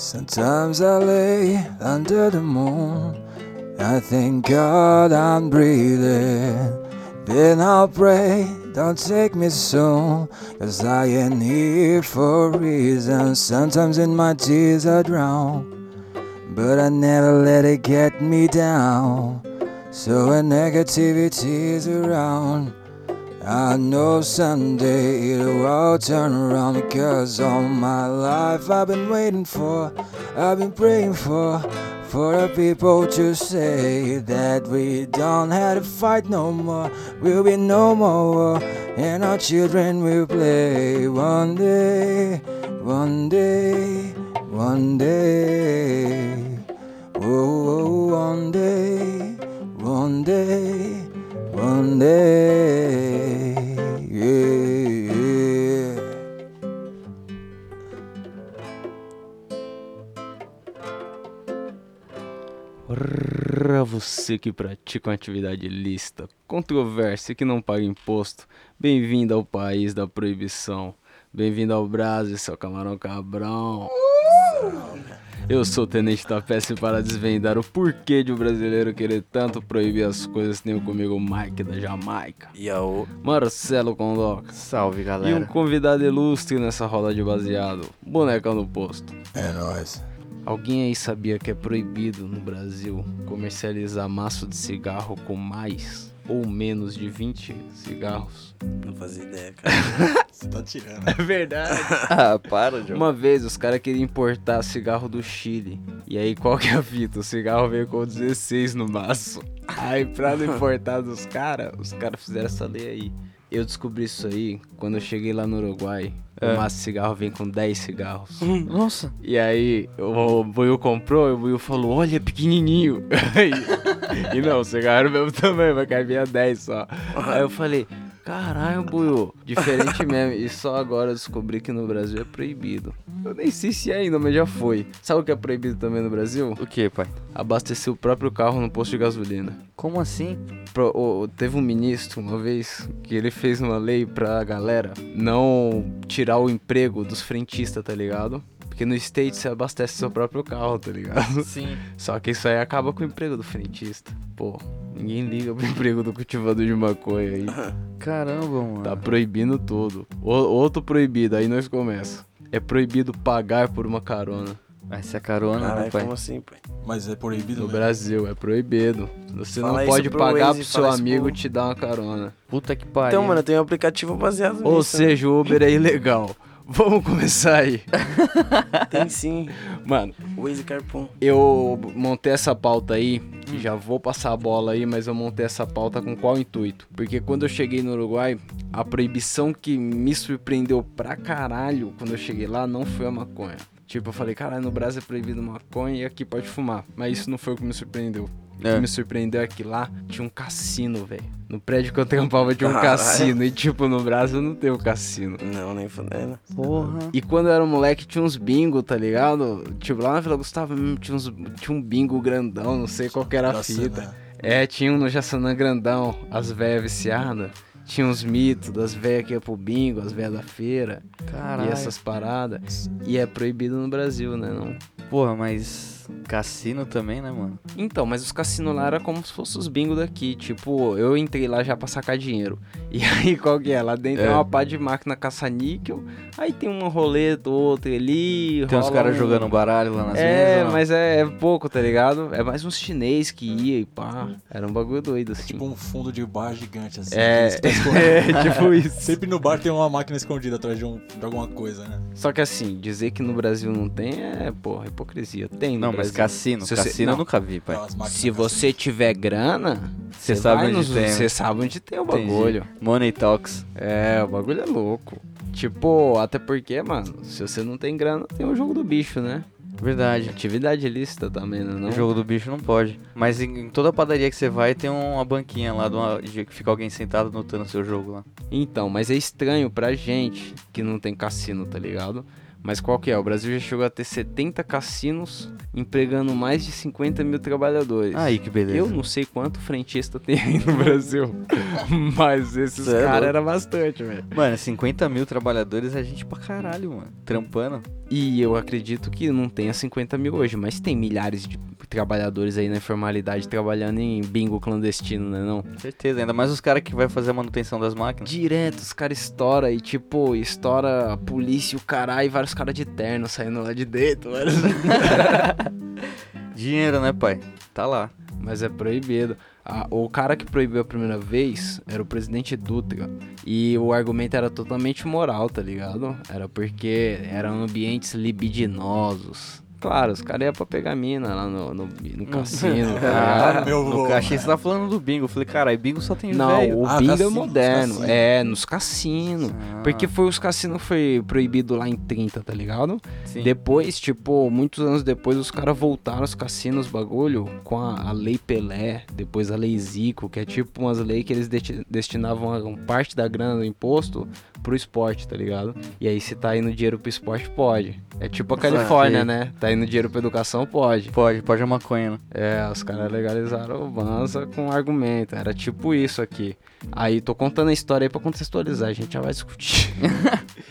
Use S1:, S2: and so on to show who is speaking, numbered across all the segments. S1: Sometimes I lay under the moon. I thank God I'm breathing. Then I'll pray, don't take me soon. Cause I ain't here for a reason. Sometimes in my tears I drown. But I never let it get me down. So when negativity's around, I know someday it'll all turn around because all my life I've been waiting for, I've been praying for, for the people to say that we don't have to fight no more, we'll be no more war, and our children will play one day, one day, one day, oh, one day, one day, one day, yeah, yeah.
S2: Pra você que pratica uma atividade lícita, controvérsia que não paga imposto, bem-vindo ao país da proibição. Bem-vindo ao Brasil, seu camarão cabrão. Eu sou o Tenente da Peça e para desvendar o porquê de o brasileiro querer tanto proibir as coisas, tenho comigo o Mike da Jamaica,
S3: E ao
S2: Marcelo Condoca
S3: salve
S2: e um
S3: galera.
S2: convidado ilustre nessa roda de baseado, Bonecão do Posto.
S1: É nóis.
S2: Alguém aí sabia que é proibido no Brasil comercializar maço de cigarro com mais ou menos de 20 cigarros?
S3: Não fazia ideia, cara.
S4: Você tá tirando.
S2: É verdade.
S3: ah, para, João.
S2: Uma vez os caras queriam importar cigarro do Chile. E aí qual que é a fita? O cigarro veio com 16 no maço. Aí pra não importar dos caras, os caras fizeram essa lei aí. Eu descobri isso aí quando eu cheguei lá no Uruguai. O maço de cigarro vem com 10 cigarros.
S3: Nossa.
S2: E aí o Buiu comprou e o Buiu falou, olha, é pequenininho. e não, o cigarro era o mesmo tamanho, mas cabia 10 só. Aí eu falei, caralho, Buiu, diferente mesmo. E só agora eu descobri que no Brasil é proibido. Eu nem sei se é ainda, mas já foi. Sabe o que é proibido também no Brasil?
S3: O que, pai?
S2: Abastecer o próprio carro no posto de gasolina.
S3: Como assim?
S2: Pro- o- o- teve um ministro uma vez que ele fez uma lei pra galera não tirar o emprego dos frentistas, tá ligado? Porque no state você abastece seu próprio carro, tá ligado?
S3: Sim.
S2: Só que isso aí acaba com o emprego do frentista. Pô, ninguém liga pro emprego do cultivador de maconha aí.
S3: Caramba, mano.
S2: Tá proibindo tudo. O- outro proibido, aí nós começa. É proibido pagar por uma carona.
S3: Mas se é carona, né,
S4: Caralho,
S3: pai?
S4: como assim, pai? Mas é
S2: No
S4: proibido mesmo.
S2: Brasil, é proibido. Você
S4: Fala
S2: não
S4: isso
S2: pode
S4: pro
S2: pagar
S4: Waze,
S2: pro seu
S4: fala isso
S2: amigo
S4: pro-
S2: te dar uma carona.
S3: Puta que pariu.
S4: Então, mano, tem um aplicativo baseado
S2: Ou
S4: nisso. né?
S2: seja, o Uber é ilegal. Vamos começar aí.
S4: Tem sim.
S2: Mano,
S4: Waze Carpon.
S2: eu montei essa pauta aí, e já vou passar a bola aí, mas eu montei essa pauta com qual intuito? Porque quando eu cheguei no Uruguai, a proibição que me surpreendeu pra caralho quando eu cheguei lá não foi a maconha. Tipo, eu falei, caralho, no Brasil é proibido maconha e aqui pode fumar. Mas isso não foi o que me surpreendeu. O
S3: É.
S2: que me surpreendeu é que lá tinha um cassino, velho. No prédio que eu trampava tinha um
S4: Caralho.
S2: cassino. E, tipo, no Brasil não tem um cassino.
S4: Não, nem fudendo.
S3: Porra.
S2: E quando eu era um moleque, tinha uns bingo, tá ligado? Tipo, lá na Vila Gustavo mesmo tinha, uns, tinha um bingo grandão, não sei qual que
S3: Tá
S2: era a
S3: né?
S2: fita. É, tinha um no Jaçanã grandão, as velhas viciadas. Tinha uns mitos das velhas que ia pro bingo, as velhas da feira.
S3: Caralho.
S2: E essas paradas. E é proibido no Brasil, né? Não?
S3: Porra, mas cassino também, né, mano?
S2: Então, mas os cassinos lá era como se fossem os bingos daqui. Tipo, eu entrei lá já pra sacar dinheiro. E aí, qual que é? Lá dentro é,
S3: É.
S2: uma pá de máquina caça-níquel. Aí tem um uma roleta, outra ali.
S3: Tem uns
S2: rola
S3: caras
S2: um-
S3: jogando baralho lá nas
S2: É,
S3: mesas, não?
S2: mas é, é pouco, tá ligado? É mais uns chinês que ia e pá. Era um bagulho doido, assim.
S4: Tipo um fundo de bar gigante, assim.
S2: é,
S4: que você tá escondendo.
S2: é, tipo isso.
S4: Sempre no bar tem uma máquina escondida atrás de, um, de alguma coisa, né?
S2: Só que assim, dizer que no Brasil não tem é, porra, hipocrisia. Tem, no
S3: Não, mas
S2: Brasil.
S3: cassino.
S2: Se você-
S3: Cassino eu
S2: não. É
S3: nunca vi, pai.
S4: Aquelas máquinas
S2: Se você tiver grana,
S3: Você sabe
S2: vai
S3: onde
S2: nos-
S3: tem,
S2: Você sabe onde tem o
S3: Entendi.
S2: um bagulho.
S3: Money Talks.
S2: É, o bagulho é louco. Tipo, até porque, mano, se você não tem grana, tem o jogo do bicho, né?
S3: Verdade.
S2: Atividade ilícita também, né? Não?
S3: O jogo do bicho não pode. Mas em, em toda padaria que você vai, tem um- uma banquinha lá de, uma, de que fica alguém sentado notando seu jogo lá.
S2: Então, mas é estranho pra gente que não tem cassino, tá ligado? Mas qual que é? O Brasil já chegou a ter 70 cassinos empregando mais de 50 mil trabalhadores.
S3: Aí que beleza.
S2: Eu não sei quanto frentista tem aí no Brasil, mas esses
S3: Cê é
S2: caras
S3: louco.
S2: eram bastante, velho.
S3: Mano, 50 mil trabalhadores é gente pra caralho, mano. Trampando.
S2: E eu acredito que não tenha 50 mil hoje, mas tem milhares de trabalhadores aí na informalidade trabalhando em bingo clandestino, né não?
S3: Certeza. Ainda mais os caras que vai fazer a manutenção das máquinas.
S2: Direto, os caras estouram e tipo, estoura a polícia, o caralho, e vários caras de terno saindo lá de dentro, mano.
S3: Dinheiro, né, pai? Tá lá.
S2: Mas é proibido. A- o cara que proibiu a primeira vez era o presidente Dutra. E o argumento era totalmente moral, tá ligado? Era porque eram ambientes libidinosos. Claro, os caras iam pra pegar mina lá no, no, no cassino. tá ligado?
S1: Ah, meu
S3: no
S1: vô,
S3: caixa, você tá falando do bingo. Eu falei, caralho, bingo só tem
S2: Não,
S3: velho.
S2: o
S1: Ah,
S2: bingo é
S1: cassino,
S2: moderno.
S1: cassino.
S2: É, nos cassinos.
S3: Ah,
S2: Porque foi os cassinos foi proibido lá em 30, tá ligado?
S3: sim.
S2: Depois, tipo, muitos anos depois, os caras voltaram aos cassinos, bagulho, com a, a Lei Pelé, depois a Lei Zico, que é tipo umas leis que eles desti- destinavam a- uma parte da grana do imposto pro esporte, tá ligado? E aí, se tá indo dinheiro pro esporte, pode. É tipo a Califórnia,
S3: sim.
S2: né? Tá indo dinheiro pra educação, pode.
S3: Pode, pode a maconha, né?
S2: É, os caras legalizaram o Banza com argumento. Era tipo isso aqui. Aí tô contando a história aí pra contextualizar, a gente já vai discutir.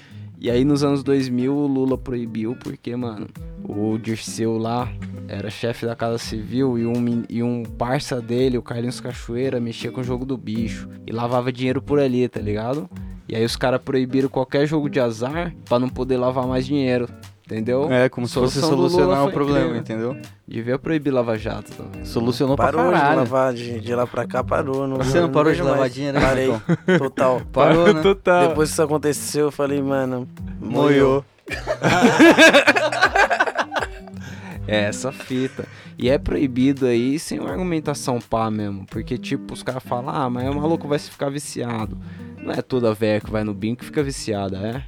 S2: e aí nos anos 2000 o Lula proibiu porque, mano, o Dirceu lá era chefe da Casa Civil e um, men- e um parça dele, o Carlinhos Cachoeira, mexia com o jogo do bicho e lavava dinheiro por ali, tá ligado? E aí os caras proibiram qualquer jogo de azar pra não poder lavar mais dinheiro, entendeu?
S3: É, como se fosse
S2: solução do Lula
S3: solucionar o
S2: foi
S3: problema,
S2: incrível.
S3: entendeu?
S2: Devia proibir Lava Jato também.
S3: Solucionou
S4: Parou
S3: pra
S4: de
S3: caralho.
S4: lavar de, de lá pra cá, parou. Não,
S3: Você não parou de
S4: vejo mais.
S3: lavar dinheiro, né,
S4: Parei, total.
S3: Parou, né?
S2: Total.
S4: Depois que isso aconteceu, eu falei, mano, moiou.
S3: Moiou.
S2: É essa fita. E é proibido aí sem uma argumentação pá mesmo. Porque, tipo, os caras falam, ah, mas o maluco vai se ficar viciado. Não é toda velha que vai no bingo que fica viciada, é?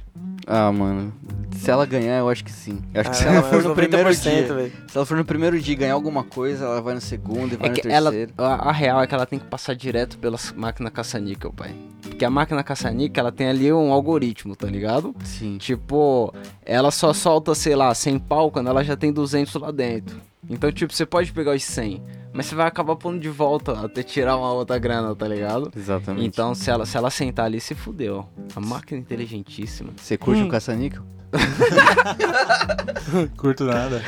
S3: Ah, mano. Se ela ganhar, eu acho que sim. Eu acho que se
S4: Caramba,
S3: ela for no
S4: uns
S3: primeiro
S4: 90%,
S3: dia,
S4: velho.
S3: se ela for no primeiro dia e ganhar alguma coisa, ela vai no segundo e vai
S2: é
S3: no
S2: que ela,
S3: terceiro.
S2: a, a real é que ela tem que passar direto pela máquina caça-níquel, pai. Porque a máquina caça-níquel, ela tem ali um algoritmo, tá ligado?
S3: Sim.
S2: Tipo, ela só solta, sei lá, 100 pau quando ela já tem 200 lá dentro. Então, tipo, você pode pegar os 100, mas você vai acabar pondo de volta até tirar uma outra grana, tá ligado?
S3: Exatamente.
S2: Então, se ela, se ela sentar ali, se fudeu. A máquina é inteligentíssima.
S3: Você curte o caça-níquel?
S1: curto nada.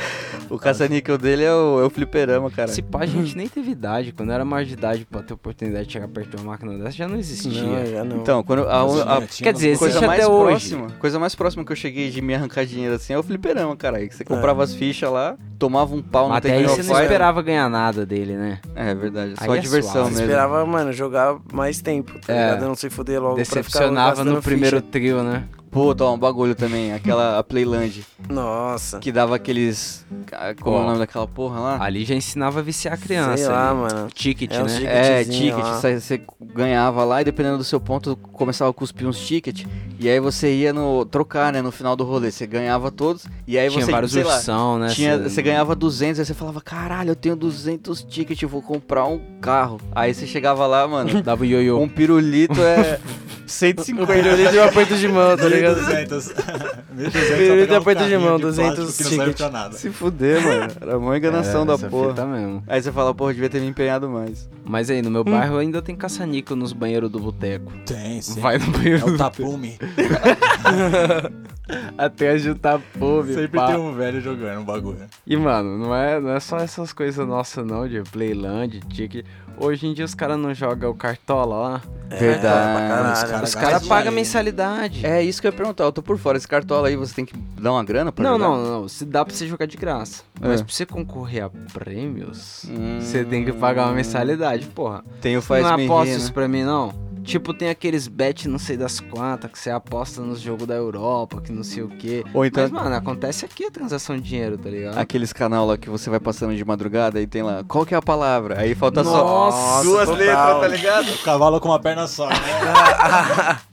S3: O caça-níquel dele é o, é o fliperama, cara.
S2: Se pá, a gente nem teve idade. Quando era maior de idade pra ter oportunidade de chegar perto de uma máquina dessa, já não existia.
S4: Não, já não.
S3: Então, quando a,
S1: Mas,
S3: a-
S1: né, tinha
S2: quer dizer,
S1: umas
S2: existe
S3: coisa
S1: coisas-
S3: mais
S2: até hoje.
S3: próxima, coisa mais próxima que eu cheguei de me arrancar dinheiro assim é o fliperama, cara. Aí que você comprava as fichas lá, tomava um pau no
S2: É. Até aí
S3: Tekken
S2: você
S3: of
S2: não
S3: Fire.
S2: esperava ganhar nada dele, né?
S3: É verdade,
S2: Aí
S3: só
S2: é
S3: diversão
S2: suave.
S4: Eu
S3: mesmo.
S4: esperava, mano, jogar mais tempo, tá
S2: É.
S4: ligado? Eu Não se fuder logo pra ficar
S2: Decepcionava
S4: gastando
S2: no primeiro
S4: ficha.
S2: trio, né?
S3: Pô, tá um bagulho também, aquela a Playland
S4: Nossa.
S3: que dava aqueles ah, como é
S2: Ó.
S3: o nome daquela porra lá?
S2: Ali já ensinava a viciar a criança.
S4: Sei lá,
S2: ali.
S4: mano.
S2: Ticket,
S4: É,
S2: né?
S4: os tickets.
S3: Ah. É,
S4: ticketzinho
S3: ticket,
S4: lá.
S3: você, você ganhava lá e dependendo do seu ponto começava a cuspir uns tickets e aí você ia no trocar, né, no final do rolê, você ganhava todos e aí
S2: Tinha
S3: você,
S2: vários
S3: sei lá,
S2: ursão, né?
S3: Tinha,
S2: Cê-
S3: você ganhava 200, aí você falava, caralho, eu tenho 200 tickets, eu vou comprar um carro. Aí você chegava lá, mano,
S2: Dava o ioiô.
S3: um pirulito é 150.
S4: O pirulito de um aperto de mão,
S2: É,
S4: tá ligado?
S1: 1200. 1200
S4: Pirulito
S1: só pegar um
S4: aperto de
S1: carrinho
S4: mão,
S1: plástico
S4: 200
S1: que não serve
S4: ticket.
S1: pra nada.
S3: Se fuder, mano. Era uma enganação
S2: É,
S3: da
S2: essa
S3: porra.
S2: fita mesmo.
S3: Aí você fala, porra, devia ter me empenhado mais.
S2: Mas aí, no meu bairro ainda tem caça-níquel nos banheiros do boteco.
S1: Tem, sim.
S2: Vai no banheiro
S1: É o
S2: do
S1: tapume.
S2: Atrás de um tapume,
S1: Sempre
S2: pá.
S1: tem um velho jogando um bagulho.
S2: E, mano, não é, não é só essas coisas nossas, não, de Playland, Ticket. Hoje em dia os caras não jogam o cartola lá.
S4: É,
S3: Verdade.
S4: pra caralho.
S1: Os caras
S2: Os caras
S1: Mas,
S2: pagam
S1: mano,
S2: mensalidade.
S3: né? É isso que eu ia perguntar, eu tô por fora. Esse cartola aí, você tem que dar uma grana pra
S2: Não,
S3: jogar?
S2: não, não. Se dá pra você jogar de graça.
S3: É.
S2: Mas pra você concorrer a prêmios,
S3: Hum.
S2: você tem que pagar uma mensalidade, porra.
S3: Tem o faz
S2: não é
S3: me
S2: aposta
S3: rir,
S2: isso
S3: né?
S2: pra mim, não. Tipo, tem aqueles bet não sei das quantas que você aposta nos jogos da Europa, que não sei o quê.
S3: Ou então-
S2: Mas, mano, acontece aqui a transação de dinheiro, tá ligado?
S3: Aqueles canal lá que você vai passando de madrugada e tem lá, qual que é a palavra? Aí falta só
S4: Nossa,
S3: duas
S4: total.
S3: letras, tá ligado?
S1: O cavalo com uma perna só. né?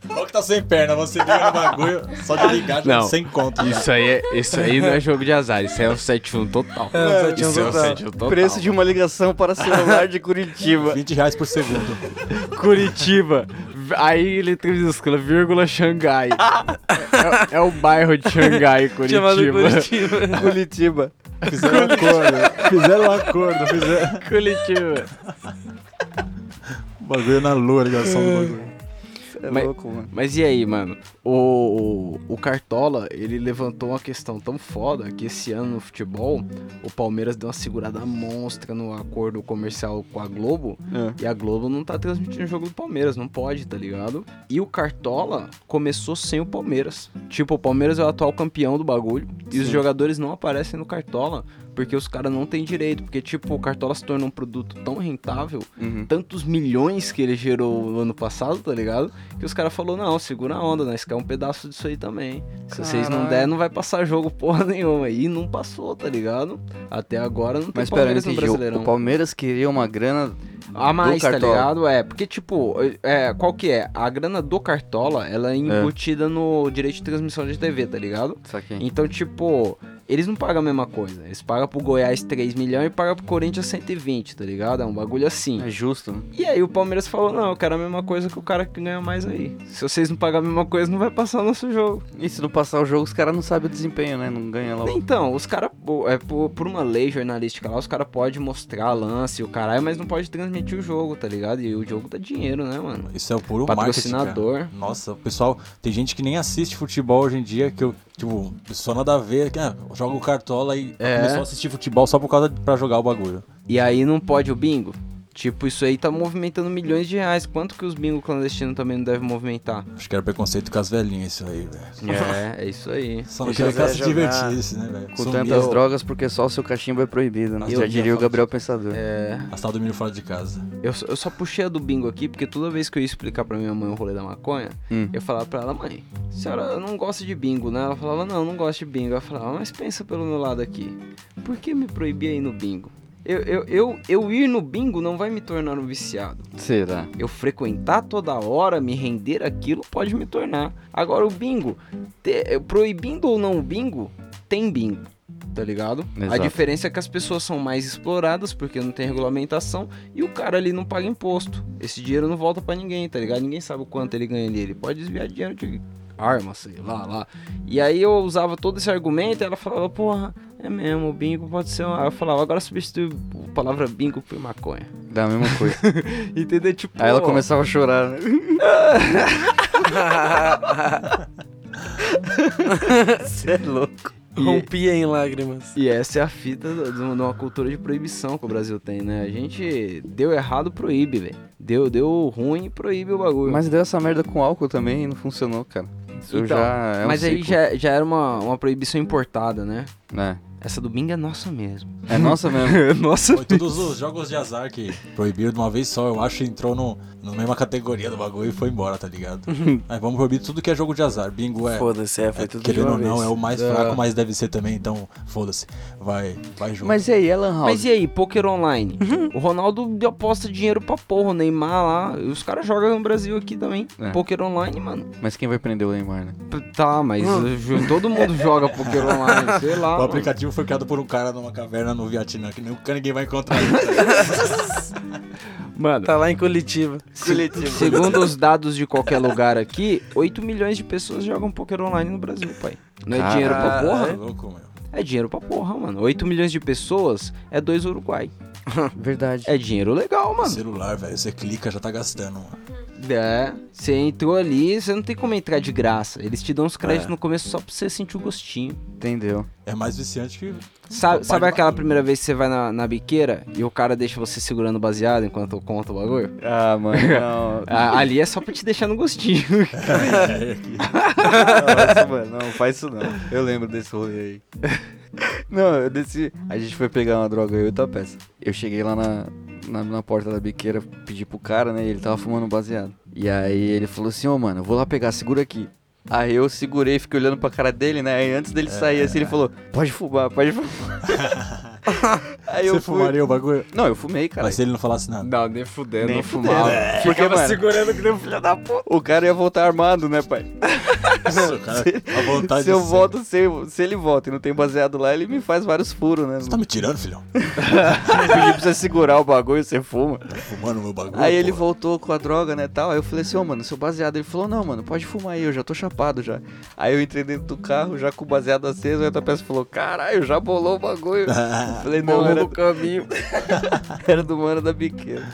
S1: Qual que tá sem perna, você liga no bagulho, só de ligar já
S2: Não.
S1: sem conta. né?
S2: Isso aí, é, isso aí não é jogo de azar, isso aí é um 7-1 total.
S4: É, um 7-1
S2: Isso é um
S4: total.
S2: 7-1 total.
S3: Preço de uma ligação para celular de Curitiba.
S1: 20 reais por segundo.
S2: Curitiba. Aí ele tem minúscula, vírgula Xangai. É, é o bairro de Xangai, Curitiba.
S4: Chamado Curitiba.
S3: Curitiba.
S1: Fizeram um acordo. Fizeram um acordo. Fizeram
S2: Curitiba.
S1: o bagulho na lua, a ligação do bagulho.
S3: É
S2: Mas-
S3: louco, mano.
S2: Mas e aí, mano? O, o, o Cartola, ele levantou uma questão tão foda que esse ano no futebol, o Palmeiras deu uma segurada monstra no acordo comercial com a Globo.
S3: É.
S2: E a Globo não tá transmitindo o jogo do Palmeiras, não pode, tá ligado? E o Cartola começou sem o Palmeiras. Tipo, o Palmeiras é o atual campeão do bagulho. E os jogadores não aparecem no Cartola. Porque os caras não têm direito. Porque, tipo, o Cartola se tornou um produto tão rentável
S3: Uhum.
S2: tantos milhões que ele gerou no ano passado, tá ligado? Que os caras falaram, não, segura a onda, nós quer um pedaço disso aí também. Se vocês não
S4: Caralho.
S2: der, não vai passar jogo porra nenhuma. E não passou, tá ligado? Até agora não tem
S3: Mas pera, eu não
S2: Palmeiras no
S3: entendi.
S2: Brasileirão.
S3: O Palmeiras queria uma grana
S2: A mais,
S3: do
S2: tá
S3: Cartola.
S2: ligado? É, porque, tipo, é, qual que é? A grana do Cartola, ela é embutida no direito de transmissão de TV, tá ligado?
S3: Saquei.
S2: Então, tipo, eles não pagam a mesma coisa. Eles pagam pro Goiás 3 milhões e pagam pro Corinthians 120, tá ligado? É um bagulho assim.
S3: É justo. né?
S2: E aí o Palmeiras falou, não, eu quero a mesma coisa que o cara que ganha mais aí. Se vocês não pagar a mesma coisa, não vai passar o nosso jogo.
S3: E se não passar o jogo, os caras não sabem o desempenho, né? Não ganha logo.
S2: Então, os caras, é, por, por uma lei jornalística lá, os caras podem mostrar lance, o caralho, mas não pode transmitir o jogo, tá ligado? E o jogo dá dinheiro, né, mano?
S1: Isso é o puro
S2: Patrocinador.
S1: marketing, cara. Nossa, o pessoal... Tem gente que nem assiste futebol hoje em dia, que eu... Tipo, pessoa nada a ver. Que, ah, joga o cartola e
S2: É.
S1: começou a assistir futebol só por causa de, pra jogar o bagulho.
S2: E aí não pode o bingo? Tipo, isso aí tá movimentando milhões de reais. Quanto que os bingo clandestinos também não devem movimentar?
S1: Acho que era preconceito com as velhinhas isso aí, velho.
S2: É, é isso aí.
S1: Só não
S4: Deixa
S1: queria que ela
S4: as
S1: se
S4: velhas jogar.
S1: divertisse, né, velho?
S3: Com
S1: Sumia.
S3: tantas drogas, porque só o seu cachimbo é proibido, né?
S1: Nossa,
S3: Já
S1: eu
S3: diria
S1: ia
S3: o Gabriel Pensador.
S2: É.
S1: Gastar do menino fora de casa.
S2: Eu, só- eu só puxei a do bingo aqui, porque toda vez que eu ia explicar pra minha mãe o rolê da maconha,
S3: Hum.
S2: eu falava pra ela, mãe, a senhora não gosta de bingo, né? Ela falava, não, não gosto de bingo. Eu falava, mas pensa pelo meu lado aqui. Por que me proibir aí no bingo? Eu, eu, eu, eu ir no bingo não vai me tornar um viciado.
S3: Será?
S2: Eu frequentar toda hora, me render aquilo, pode me tornar. Agora o bingo, te- eh, proibindo ou não o bingo, tem bingo. Tá ligado? A
S3: Exato.
S2: diferença é que as pessoas são mais exploradas porque não tem regulamentação e o cara ali não paga imposto. Esse dinheiro não volta pra ninguém, tá ligado? Ninguém sabe o quanto ele ganha ali. Ele pode desviar dinheiro de arma, sei lá, lá. E aí eu usava todo esse argumento e ela falava, porra, é mesmo, o bingo pode ser uma. Eu falava, agora substitui a palavra bingo por maconha.
S3: Dá a mesma coisa.
S2: Entendeu? Tipo.
S3: Aí ela começava a chorar, né? Você é louco.
S4: Rompia em lágrimas.
S2: E essa é a fita do- de uma cultura de proibição que o Brasil tem, né? A gente deu errado, proíbe, velho. Deu, deu ruim, proíbe o bagulho.
S3: Mas deu essa merda com álcool também e não funcionou, cara. Isso
S2: Então,
S3: já é um
S2: Mas aí
S3: ciclo,
S2: já, já era uma, uma proibição importada, né?
S3: né?
S2: Essa do Bing é nossa mesmo.
S3: É nossa mesmo.
S2: nossa.
S1: Foi todos os jogos de azar que proibiram de uma vez só, eu acho, entrou no, na mesma categoria do bagulho e foi embora, tá ligado? Aí vamos proibir tudo que é jogo de azar. Bingo é.
S4: Foda-se, é, foi
S1: é,
S4: tudo de
S1: querendo
S4: uma
S1: ou
S4: vez.
S1: não, é o mais
S2: Ah.
S1: fraco, mas deve ser também, então foda-se. Vai, vai junto.
S3: mas e aí, Alan House?
S2: Mas e aí, poker online? O Ronaldo aposta dinheiro pra porra, o Neymar lá. E os caras jogam no Brasil aqui também.
S3: É.
S2: Poker online, mano.
S3: Mas quem vai prender o Neymar, né?
S2: P- Tá, mas ju- todo mundo joga poker online, sei lá.
S1: o
S2: mano.
S1: aplicativo foi criado por um cara numa caverna no Vietnã, que nunca ninguém vai encontrar
S3: É
S1: ele.
S2: Mano,
S4: Tá lá em Curitiba.
S2: Segundo os dados de qualquer lugar aqui, 8 milhões de pessoas jogam poker online no Brasil, pai. Não é
S3: Caralho.
S2: dinheiro pra
S1: Tá
S2: porra?
S1: louco, meu.
S2: É dinheiro pra porra, mano. 8 milhões de pessoas é dois Uruguai.
S3: Verdade.
S2: É dinheiro legal, mano.
S1: Celular, velho, você clica, já tá gastando, mano.
S2: É. Você entrou ali, você não tem como entrar de graça. Eles te dão os créditos no começo só pra você sentir o gostinho.
S3: Entendeu?
S1: É mais viciante que.
S2: Sabe,
S1: Pode
S2: sabe aquela
S1: bater.
S2: primeira vez que você vai na, na biqueira e o cara deixa você segurando baseado enquanto conta o bagulho?
S3: Ah, mano, não.
S2: Ah, ali é só pra te deixar no gostinho.
S1: É,
S3: Ah, Nossa, mano, não faz isso não. Eu lembro desse rolê aí. Não, eu desci. A gente foi pegar uma droga, eu e o Tapeça. Eu cheguei lá na, na, na porta da biqueira, pedi pro cara, né? e ele tava fumando um baseado. E aí ele falou assim: Ô, mano, eu vou lá pegar, segura aqui. Aí eu segurei, fiquei olhando pra cara dele, né? E antes dele sair assim, ele falou: Pode fumar, pode fumar. Aí eu
S1: Você
S3: fui...
S1: fumaria o bagulho?
S3: Não, eu fumei, cara.
S1: Mas se ele não falasse nada.
S2: Não, nem fudendo,
S3: Nem
S2: não fumava.
S3: fudendo.
S2: Porque
S3: Ficava
S2: tava segurando que nem um filho da puta.
S3: O cara ia voltar armado, né, pai?
S1: Nossa, o cara, a
S2: Tá
S1: vontade assim.
S3: se eu
S1: de-
S3: volto, se, eu- se ele volta e não tem baseado lá, ele me faz vários furos, né?
S1: Você tá me tirando, filhão?
S3: Não pedi pra você segurar o bagulho, você fuma.
S1: Tá fumando meu bagulho?
S3: Aí ele
S1: porra.
S3: voltou com a droga, né, tal. Aí eu falei assim, ô, mano, seu baseado. Ele falou, não, mano, pode fumar aí, eu já tô chapado já. Aí eu entrei dentro do carro, já com o baseado aceso, aí outra peça falou, caralho, já bolou o bagulho. Eu falei, não,
S2: Morro
S3: era,
S2: do caminho.
S3: era do mano da biqueira.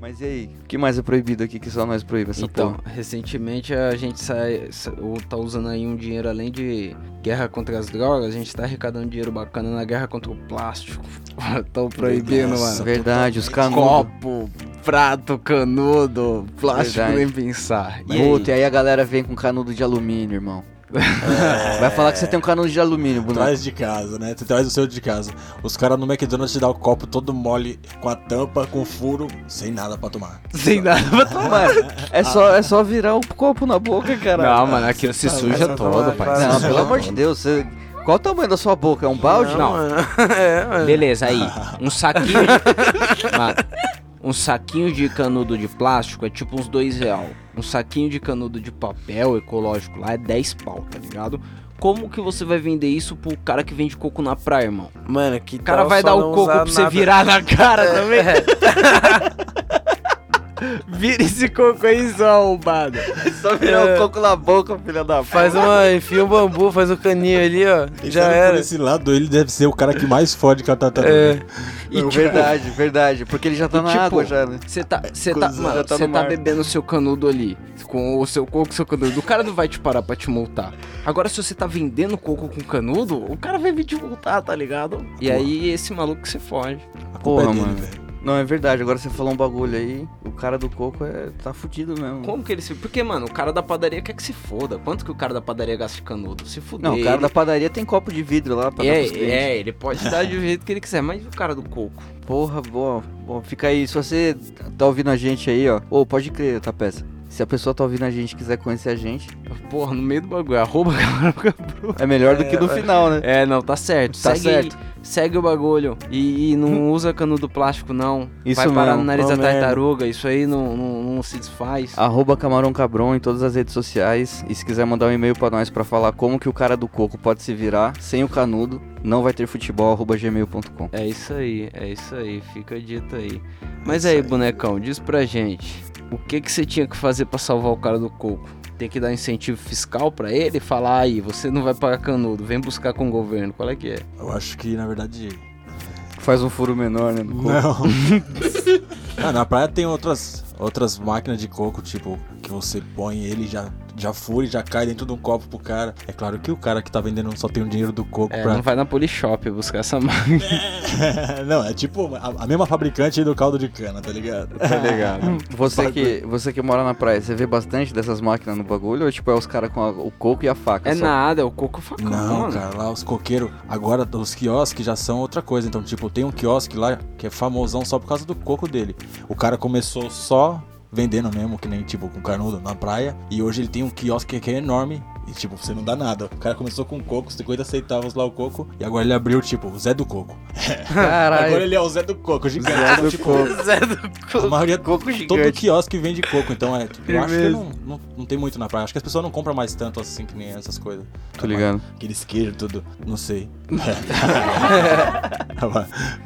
S3: Mas e aí, o que mais é proibido aqui que só nós proíbe essa
S2: Então,
S3: porra?
S2: recentemente a gente sai, sa- ou tá usando aí um dinheiro além de guerra contra as drogas, a gente tá arrecadando dinheiro bacana na guerra contra o plástico. Tão proibindo,
S1: Nossa,
S2: mano.
S3: Verdade, os
S2: Tá
S3: canudos.
S2: Copo, prato, canudo, plástico,
S3: Verdade.
S2: nem pensar. E aí?
S3: Puta, e aí a galera vem com canudo de alumínio, irmão. Vai falar que você tem um canudo de alumínio, boneco.
S1: Traz de casa, né? Tu traz o seu de casa. Os caras no McDonald's te dão o copo todo mole, com a tampa, com furo, sem nada pra tomar. Tá.
S2: Sem nada pra
S3: Mano, é só, é só virar o copo na boca, caralho.
S2: Não, mano, aqui se suja todo, pai.
S3: Não, pelo amor de Deus, você... qual o tamanho da sua boca? É um balde?
S2: Não.
S4: é, mano.
S2: Beleza, aí. Um saquinho. de- Mano, um saquinho de canudo de plástico é tipo uns dois real. Um saquinho de canudo de papel ecológico lá é 10 pau, tá ligado? Como que você vai vender isso pro cara que vende coco na praia, irmão?
S4: Mano, que
S2: O cara vai dar o coco pra você virar na cara também. Vira esse coco aí só, arrombado.
S3: É Só virar o coco na boca, filha da
S4: Faz uma. Enfia um bambu, faz um caninho ali, ó. Já
S1: Pensando
S4: era.
S1: Por esse tá lado, ele deve ser o cara que mais fode com a
S4: É.
S1: tartaruga.
S3: Não, verdade, verdade. Porque ele já tá
S2: tipo- E,
S3: na
S2: tipo,
S3: água já, né?
S2: Você tá, você tá,
S3: Coisa
S2: mano,
S3: já tá
S2: você
S3: no
S2: tá
S3: mar.
S2: bebendo seu canudo ali, com o seu coco, seu canudo. O cara não vai te parar pra te multar. Agora, se você tá vendendo coco com canudo, o cara vai vir te multar, tá ligado? E aí, esse maluco se foge.
S1: A culpa
S3: Porra,
S1: é dele,
S3: mano.
S1: velho.
S3: Não, é verdade. Agora você falou um bagulho aí, o cara do coco é... tá fudido mesmo.
S2: Como que ele se... Porque, mano, o cara da padaria quer que se foda. Quanto que o cara da padaria gasta de canudo? Se fuder.
S3: Não, o cara
S2: ele-
S3: da tá padaria tem copo de vidro lá pra dar pros
S2: É,
S3: clientes.
S2: é, ele pode dar do jeito que ele quiser, mas e o cara do coco?
S3: Porra, boa. Bom, fica aí. Se você tá ouvindo a gente aí, ó. Ô, pode crer, tá peça. Se a pessoa tá ouvindo a gente e quiser conhecer a gente,
S2: Porra, no meio do bagulho, arroba
S3: é melhor do que no final, né?
S2: É, não, tá certo. Hum.
S3: Tá
S2: segue,
S3: certo.
S2: Segue o bagulho. E, e não usa canudo plástico, não.
S3: Isso
S2: Vai parar
S3: mesmo.
S2: no nariz da
S4: Uma merda.
S2: tartaruga. Isso aí não, não, não se desfaz.
S3: Arroba Camarão Cabron em todas as redes sociais. E se quiser mandar um e-mail pra nós pra falar como que o cara do coco pode se virar sem o canudo, não vai ter futebol, arroba gmail.com.
S2: É isso aí, é isso aí. Fica dito aí. Mas aí, bonecão, diz pra gente. O que que você tinha que fazer pra salvar o cara do coco? Tem que dar incentivo fiscal pra ele? Falar aí, você não vai pagar canudo, vem buscar com o governo. Qual é que é?
S1: Eu acho que, na verdade...
S3: Faz um furo menor, né? No coco.
S1: Não. Ah, na praia tem outras, outras máquinas de coco, tipo, que você põe ele já já fura e já cai dentro de um copo pro cara. É claro que o cara que tá vendendo só tem o dinheiro do coco
S2: É,
S1: pra...
S2: não vai na Polishop buscar essa máquina.
S1: não, é tipo a, a mesma fabricante aí do caldo de cana, tá ligado?
S3: Tá ligado? Você que, você que mora na praia, você vê bastante dessas máquinas no bagulho? Ou tipo, é os caras com a- o coco e a faca?
S2: É
S3: só?
S2: nada, é o coco facão, né?
S1: Não,
S2: mano.
S1: cara, lá os coqueiros. Agora os quiosques já são outra coisa. Então, tipo, tem um quiosque lá que é famosão só por causa do coco dele. O cara começou só vendendo mesmo, que nem tipo com carnudo na praia. E hoje ele tem um quiosque que é enorme. E tipo, você não dá nada. O cara começou com coco, 50 centavos lá o coco. E agora ele abriu, tipo, o Zé do Coco. Agora
S3: Caralho.
S1: ele é o Zé do Coco, gigante. Então, tipo,
S4: Zé do
S1: a
S4: coco.
S1: maioria
S3: Coco
S1: Todo
S3: gigante.
S1: quiosque vende coco, então é. Tipo, eu acho que
S4: mesmo.
S1: não, não, não tem muito na praia. Acho que as pessoas não compram mais tanto assim que nem essas coisas.
S3: Tô ligado.
S1: Aqueles queijos, tudo. Não sei.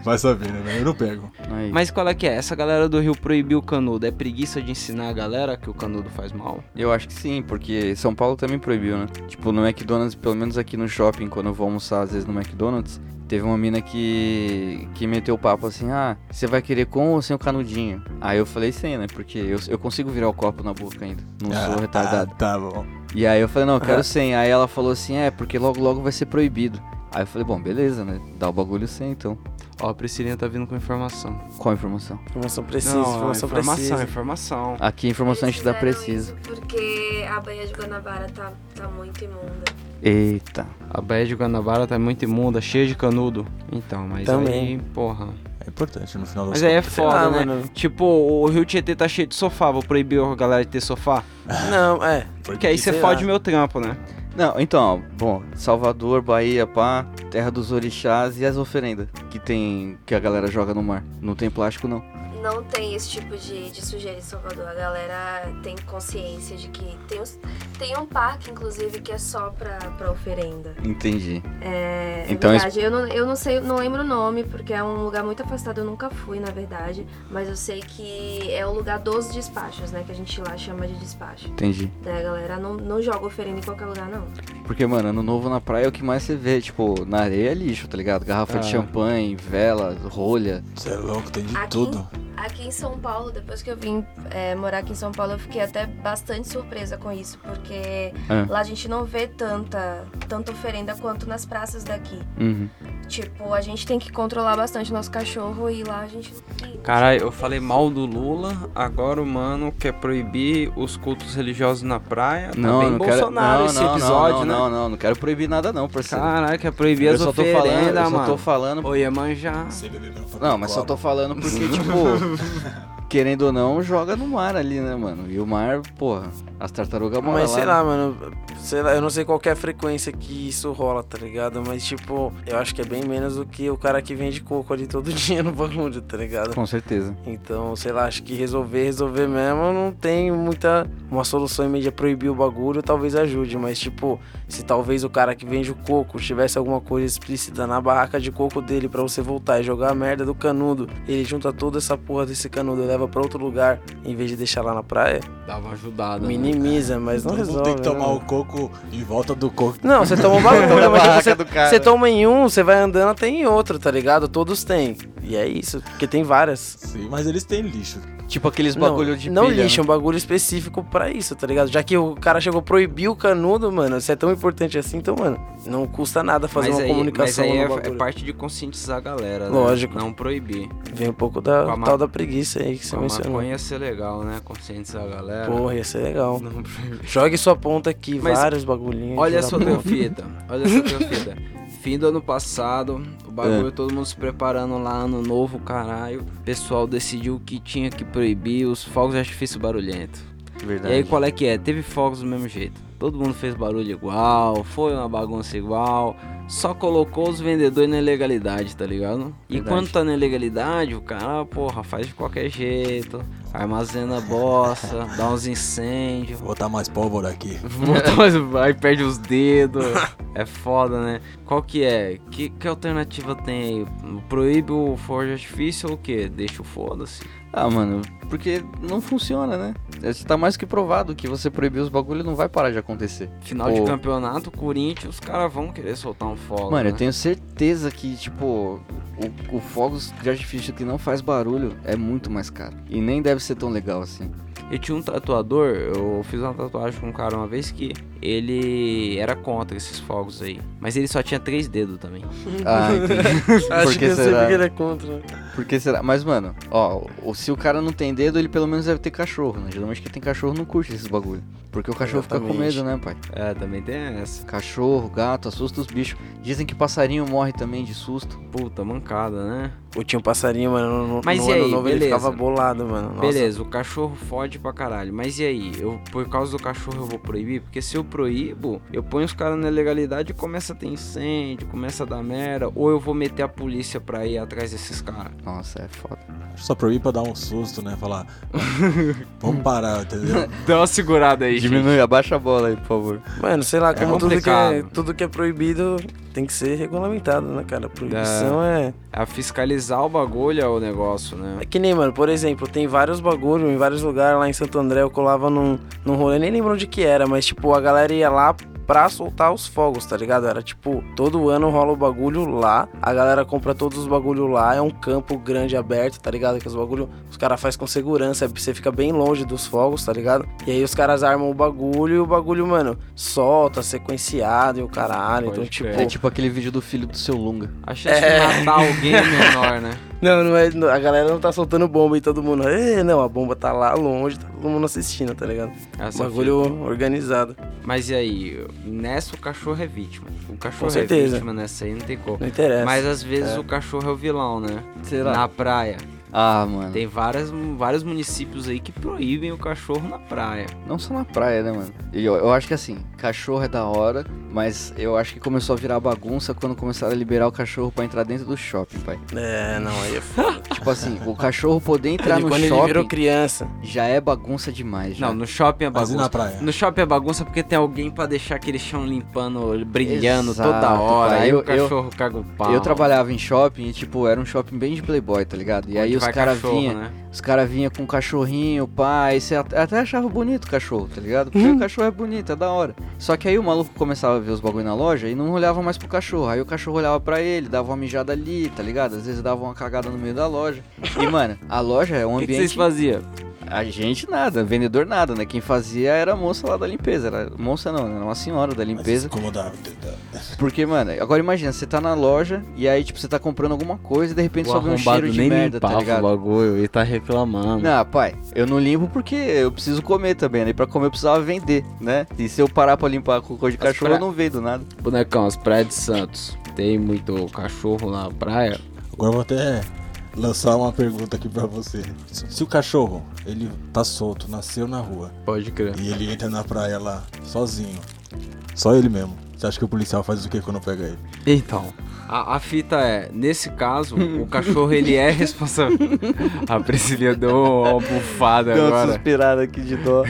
S1: Vai saber, né? velho? Eu não pego.
S3: Aí.
S2: Mas qual é que é? Essa galera do Rio proibiu o canudo. É preguiça de ensinar a galera que o canudo faz mal?
S3: Eu acho que sim, porque São Paulo também proibiu, né? Tipo, no McDonald's, pelo menos aqui no shopping, quando eu vou almoçar, às vezes no McDonald's, teve uma mina que, que meteu o papo assim: ah, você vai querer com ou sem o canudinho? Aí eu falei sem, né? Porque eu, eu consigo virar o copo na boca ainda. Não sou retardado.
S1: Ah, tá bom.
S3: E aí eu falei, não, eu quero sem. Aí ela falou assim, é, porque logo logo vai ser proibido. Aí eu falei, bom, beleza, né? Dá o bagulho sem, então.
S2: Ó, a Priscilinha tá vindo com informação.
S3: Qual a informação?
S4: Informação precisa,
S2: Não, é
S4: é informação,
S2: informação,
S4: precisa.
S2: informação.
S3: Aqui a informação a gente tá dá precisa.
S5: Eles fizeram isso Porque a Baía de Guanabara tá, tá muito imunda.
S3: Eita.
S2: A Baía de Guanabara tá muito imunda, cheia de canudo. Então, mas
S4: Também.
S2: aí, porra.
S1: É importante no final do
S2: Mas aí é
S4: Sei
S2: foda,
S4: lá,
S2: né?
S4: mano.
S2: Tipo, o Rio Tietê tá cheio de sofá, vou proibir a galera de ter sofá.
S4: Não, é.
S2: Porque aí você
S4: Sei
S2: fode
S4: lá.
S2: meu trampo, né?
S3: Não, então, bom, Salvador, Bahia, pá, terra dos orixás e as oferendas que tem que a galera joga no mar. Não tem plástico não.
S5: Não tem esse tipo de, de sujeira em Salvador. A galera tem consciência de que tem, os- tem um parque, inclusive, que é só pra, pra oferenda.
S3: Entendi.
S5: É, é
S3: Então,
S5: verdade. Eu, não, eu não sei, não lembro o nome, porque é um lugar muito afastado, eu nunca fui, na verdade. Mas eu sei que é o lugar dos despachos, né? Que a gente lá chama de despacho.
S3: Entendi.
S5: Daí a galera não, não joga oferenda em qualquer lugar, não.
S3: Porque, mano, ano novo na praia é o que mais você vê, tipo, na areia é lixo, tá ligado? Garrafa de
S2: Ah.
S3: champanhe, vela, rolha.
S1: Você é louco, tem de
S5: Aqui-
S1: tudo.
S5: Aqui em São Paulo, depois que eu vim é, morar aqui em São Paulo, eu fiquei até bastante surpresa com isso, porque
S3: Ah.
S5: lá a gente não vê tanta, tanta oferenda quanto nas praças daqui.
S3: Uhum.
S5: Tipo, a gente tem que controlar bastante o nosso cachorro e lá a gente não tem.
S4: Caralho, eu falei mal do Lula, agora o mano quer proibir os cultos religiosos na praia. Tá
S3: Não,
S4: bem
S3: não quero.
S4: Bolsonaro
S3: não,
S4: esse
S3: não, não,
S4: episódio,
S3: não,
S4: né?
S3: não, não, não quero proibir nada não, parceiro.
S2: Caralho,
S4: é
S2: quer proibir
S3: eu
S2: as
S3: só tô falando,
S2: oferendas,
S3: eu só
S2: mano.
S3: tô falando.
S2: Ô, Iemanjá.
S1: Você bebeu meu
S3: Não, mas só
S1: copo.
S3: tô falando porque, tipo, querendo ou não, joga no mar ali, né, mano? E o mar, porra, as tartarugas
S1: Tá
S3: moram
S4: Mas
S3: lá.
S4: sei
S3: né?
S4: lá, mano, sei lá, eu não sei qual que é a frequência que isso rola, tá ligado? Mas tipo, eu acho que é bem menos do que o cara que vende coco ali todo dia no bagulho, tá ligado?
S3: Com certeza.
S4: Então, sei lá, acho que resolver, resolver mesmo, não tem muita. Uma solução em mídia proibir o bagulho talvez ajude, mas tipo, se talvez o cara que vende o coco tivesse alguma coisa explícita na barraca de coco dele pra você voltar e jogar a merda do canudo, ele junta toda essa porra desse canudo e leva pra outro lugar, em vez de deixar lá na praia,
S2: Dava uma ajudada. né?
S4: minimiza, mas não
S1: Todo mundo
S4: resolve.
S1: tem que tomar
S4: né?
S1: o coco em volta do coco.
S4: Não, você toma um bagulho,
S3: Na
S4: mas tipo,
S3: barraca
S4: você,
S3: do cara.
S4: você toma em um, você vai andando até em outro, tá ligado? Todos têm. E é isso, porque tem várias.
S1: Sim, mas eles têm lixo.
S3: Tipo aqueles
S4: Não,
S3: bagulho de
S4: Não
S3: pilha. né?
S4: lixo, é um bagulho específico pra isso, tá ligado? Já que o cara chegou a proibir o canudo, mano, isso é tão importante assim, então, mano, não custa nada fazer
S2: mas
S4: uma
S2: aí,
S4: comunicação
S2: mas aí
S4: no
S2: é- é,
S4: bagulho.
S2: parte de conscientizar a galera, né?
S4: Lógico.
S2: Não proibir.
S4: Vem um pouco da
S2: Com a ma-
S4: tal da preguiça aí que você
S2: A
S4: mencionou.
S2: maconha ia ser legal, né? Conscientizar a galera.
S4: Porra, ia ser legal.
S2: Não proibir.
S4: Jogue sua ponta aqui,
S2: Mas
S4: vários bagulhinhos.
S2: Olha
S4: filha
S2: só
S4: da
S2: teu
S4: puta.
S2: fita. Olha só teu fita. Fim do ano passado, o
S4: É.
S2: bagulho, todo mundo se preparando lá, ano novo, caralho. O pessoal decidiu que tinha que proibir os fogos de artifício barulhento.
S3: né? Verdade.
S2: E aí qual é que é? Teve fogos do mesmo jeito. Todo mundo fez barulho igual, foi uma bagunça igual, só colocou os vendedores na ilegalidade, tá ligado? E
S3: Verdade.
S2: quando tá na ilegalidade, o cara, porra, faz de qualquer jeito, armazena bosta, dá uns incêndios,
S1: Vou botar mais pólvora aqui.
S2: Botar mais- um, Aí perde os dedos. É foda, né? Qual que é? Que, que alternativa tem aí? Proíbe o forja de artifício ou o quê? Deixa o foda-se.
S3: Ah, mano, porque não funciona, né? Isso tá mais que provado que você proibir os bagulhos não vai parar de acontecer.
S2: Final
S3: Pô.
S2: de campeonato, Corinthians, os caras vão querer soltar um fogo.
S3: Tipo, Mano,
S2: né?
S3: eu tenho certeza que, tipo, o, o fogos de artifício que não faz barulho é muito mais caro. E nem deve ser tão legal assim.
S2: Eu tinha um tatuador, eu fiz uma tatuagem com um cara uma vez que ele era contra esses fogos aí. Mas ele só tinha três dedos também.
S3: Ah, entendi.
S4: Acho
S3: Por
S4: que
S3: que
S4: eu sei
S3: será?
S4: porque ele é contra.
S3: Por que será? Mas, mano, ó, o- se o cara não tem dedo, ele pelo menos deve ter cachorro, né? Geralmente quem tem cachorro não curte esses bagulho. Porque o cachorro
S4: Exatamente.
S3: fica com medo, né, pai?
S2: É, também tem essa.
S3: Cachorro, gato, assusta os bichos. Dizem que passarinho morre também de susto.
S2: Puta mancada, né?
S4: Eu tinha um passarinho, mano, no,
S2: Mas
S4: no
S2: e
S4: ano
S2: aí,
S4: novo ele
S2: beleza.
S4: ficava bolado, mano. Nossa.
S2: Beleza, o cachorro fode pra caralho. Mas e aí? Eu, por causa do cachorro eu vou proibir? Porque se eu proíbo, eu ponho os caras na ilegalidade e começa a ter incêndio, começa a dar merda. Ou eu vou meter a polícia pra ir atrás desses caras.
S3: Nossa, é foda.
S1: Só proibir pra dar um susto, né? Falar. Vamos parar, entendeu?
S2: Dá uma segurada aí,
S3: Diminui, abaixa a bola aí, por favor.
S4: Mano, sei lá, como tudo, que é,
S2: complicado.
S4: tudo que é proibido tem que ser regulamentado, né, cara? Proibição é...
S2: A fiscalizar o bagulho é o negócio, né?
S4: É que nem, mano, por exemplo, tem vários bagulho em vários lugares lá em Santo André. Eu colava num, num rolê, nem lembro onde que era, mas tipo, a galera ia lá pra soltar os fogos, tá ligado? Era tipo, todo ano rola o bagulho lá, a galera compra todos os bagulho lá, é um campo grande aberto, tá ligado? Que os bagulho os caras fazem com segurança, você fica bem longe dos fogos, tá ligado? E aí os caras armam o bagulho e o bagulho, mano, solta, sequenciado e o caralho.
S2: Pode
S4: então, tipo,
S2: crer.
S3: É tipo aquele vídeo do filho do seu Lunga.
S2: A chance de matar alguém é menor, né?
S4: Não, não é. não, A galera não tá soltando bomba e todo mundo. "Ê, não, a bomba tá lá longe, tá todo mundo assistindo, tá ligado?
S2: Essa
S4: Bagulho organizado.
S2: fita. Mas e aí? Nessa o cachorro é vítima. O cachorro é
S4: certeza.
S2: vítima nessa aí, não tem como.
S3: É.
S4: Não interessa.
S2: Mas às vezes o cachorro é o é vilão, né?
S3: Será?
S2: Na praia.
S3: Ah, mano.
S2: Tem várias, vários municípios aí que proíbem o cachorro na praia.
S3: Não só na praia, né, mano? E Eu, eu acho que assim, cachorro é da hora, mas eu acho que começou a virar bagunça quando começaram a liberar o cachorro pra entrar dentro do shopping, pai.
S4: É, não, aí é foda.
S3: Tipo assim, o cachorro poder entrar no
S4: quando
S3: shopping
S4: ele virou criança.
S3: já é bagunça demais. né? Já.
S2: Não, no shopping é
S1: Mas e
S2: bagunça.
S1: na praia?
S2: No shopping é bagunça porque tem alguém pra deixar aquele chão limpando, brilhando toda
S3: Exato,
S2: hora.
S3: cara.
S2: Aí o
S3: Eu- eu-
S2: cachorro caga o pau.
S3: Eu trabalhava em shopping e, tipo, era um shopping bem de playboy, tá ligado? E aí
S2: Onde
S3: os
S2: vai
S3: caras
S2: cachorro,
S3: vinham
S2: né?
S3: os cara vinha com um cachorrinho, pai, você at- até achava bonito o cachorro, tá ligado? Porque o cachorro é bonito, é da hora. Só que aí o maluco começava a ver os bagulho na loja e não olhava mais pro cachorro. Aí o cachorro olhava pra ele, dava uma mijada ali, tá ligado? Às vezes dava uma cagada no meio da loja. E, mano, a loja é um
S2: O que, que
S3: ambiente...
S2: vocês faziam?
S3: A gente nada, vendedor nada, né? Quem fazia era a moça lá da limpeza. Era... Moça não, né? Era uma senhora da limpeza.
S1: Incomodava.
S3: Porque, mano, agora imagina, você tá na loja e aí, tipo, você tá comprando alguma coisa e de repente
S2: O
S3: sobe um
S2: arrombado
S3: cheiro de
S2: nem
S3: merda, tá
S2: limpava o
S3: ligado?
S2: bagulho e tá reclamando.
S3: Não, pai, eu não limpo porque eu preciso comer também, né? E pra comer eu precisava vender, né? E se eu parar pra limpar com cor de
S2: Mas
S3: cachorro,
S2: pra-
S3: eu não vendo nada.
S2: Bonecão, as praias de Santos. Tem muito cachorro na praia.
S1: Agora eu vou até lançar uma pergunta aqui pra você. Se se o cachorro, ele tá solto, nasceu na rua,
S2: Pode crer.
S1: e ele entra na praia lá, sozinho, só ele mesmo, você acha que o policial faz o que quando pega ele?
S2: Então, a, a fita é, nesse caso, o cachorro ele é responsável. A Priscilia deu uma bufada
S3: Deu uma
S2: agora.
S3: suspirada aqui de dó.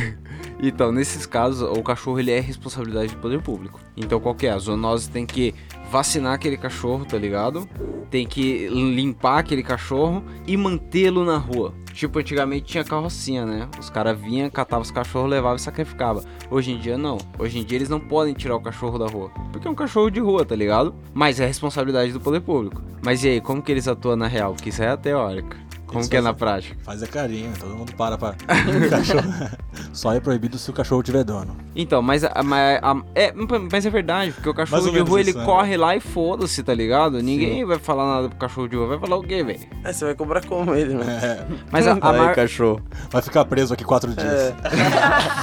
S2: Então, nesses casos, o cachorro ele é responsabilidade do poder público. Então, qual que é? A zoonose tem que vacinar aquele cachorro, tá ligado? Tem que limpar aquele cachorro e mantê-lo na rua. Tipo, antigamente tinha carrocinha, né? Os caras vinham, catavam os cachorros, levavam e sacrificavam. Hoje em dia, não. Hoje em dia, eles não podem tirar o cachorro da rua. Porque é um cachorro de rua, tá ligado? Mas é responsabilidade do poder público. Mas e aí, como que eles atuam na real? Porque isso aí é teórica. Como
S1: Eles
S2: que é na
S1: fazem-
S2: prática?
S1: Faz é carinho, todo mundo para pra... O cachorro... só é proibido se o cachorro tiver dono.
S2: Então, mas, a- mas, a- é, mas é verdade, porque o
S1: Mais
S2: cachorro
S1: ou
S2: de
S1: menos
S2: rua ele
S1: isso, né?
S2: corre lá e foda-se, tá ligado? Ninguém vai falar nada pro cachorro de rua, vai falar o quê, velho?
S4: Aí É, você vai cobrar como ele, né? mano?
S2: Mas a, a
S3: aí,
S2: mar-
S3: cachorro.
S1: É, Vai ficar preso aqui quatro dias.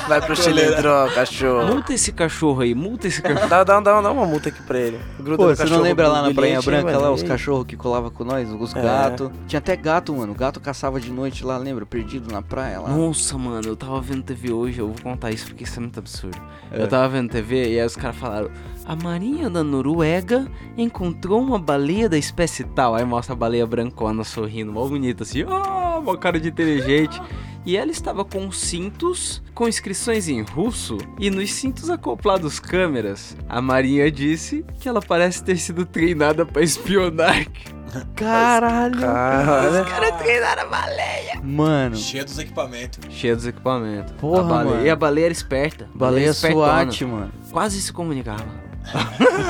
S4: Vai pro xilindró, cachorro.
S2: multa esse cachorro aí, multa esse cachorro.
S4: Dá, dá, dá, dá uma multa aqui pra ele. Gruda
S3: Pô,
S4: no
S3: você não
S4: cachorro
S3: lembra
S4: do
S3: lá na Prainha
S4: bilhete,
S3: Branca,
S4: mano,
S3: lá,
S4: e
S3: os
S4: aí?
S3: cachorros que colavam com nós, os
S4: É.
S3: gatos. Tinha até gato, mano. O gato caçava de noite lá, lembra? Perdido na praia lá.
S2: Nossa, mano, eu tava vendo TV hoje, eu vou contar isso porque isso é muito absurdo. Eu tava vendo TV e aí os caras falaram: A Marinha da Noruega encontrou uma baleia da espécie tal. Aí mostra a baleia brancona sorrindo, mó bonita assim, ah, uma cara de inteligente. E ela estava com cintos com inscrições em russo e nos cintos acoplados câmeras. A Marinha disse que ela parece ter sido treinada pra espionar.
S3: Caralho!
S4: Caralho.
S2: É.
S3: Mano,
S1: Cheio dos equipamentos.
S2: Cheia dos equipamentos.
S3: Porra,
S2: a baleia,
S3: mano.
S2: E a baleia era esperta.
S3: baleia
S2: espertona.
S3: SWAT, mano.
S2: Quase se comunicava.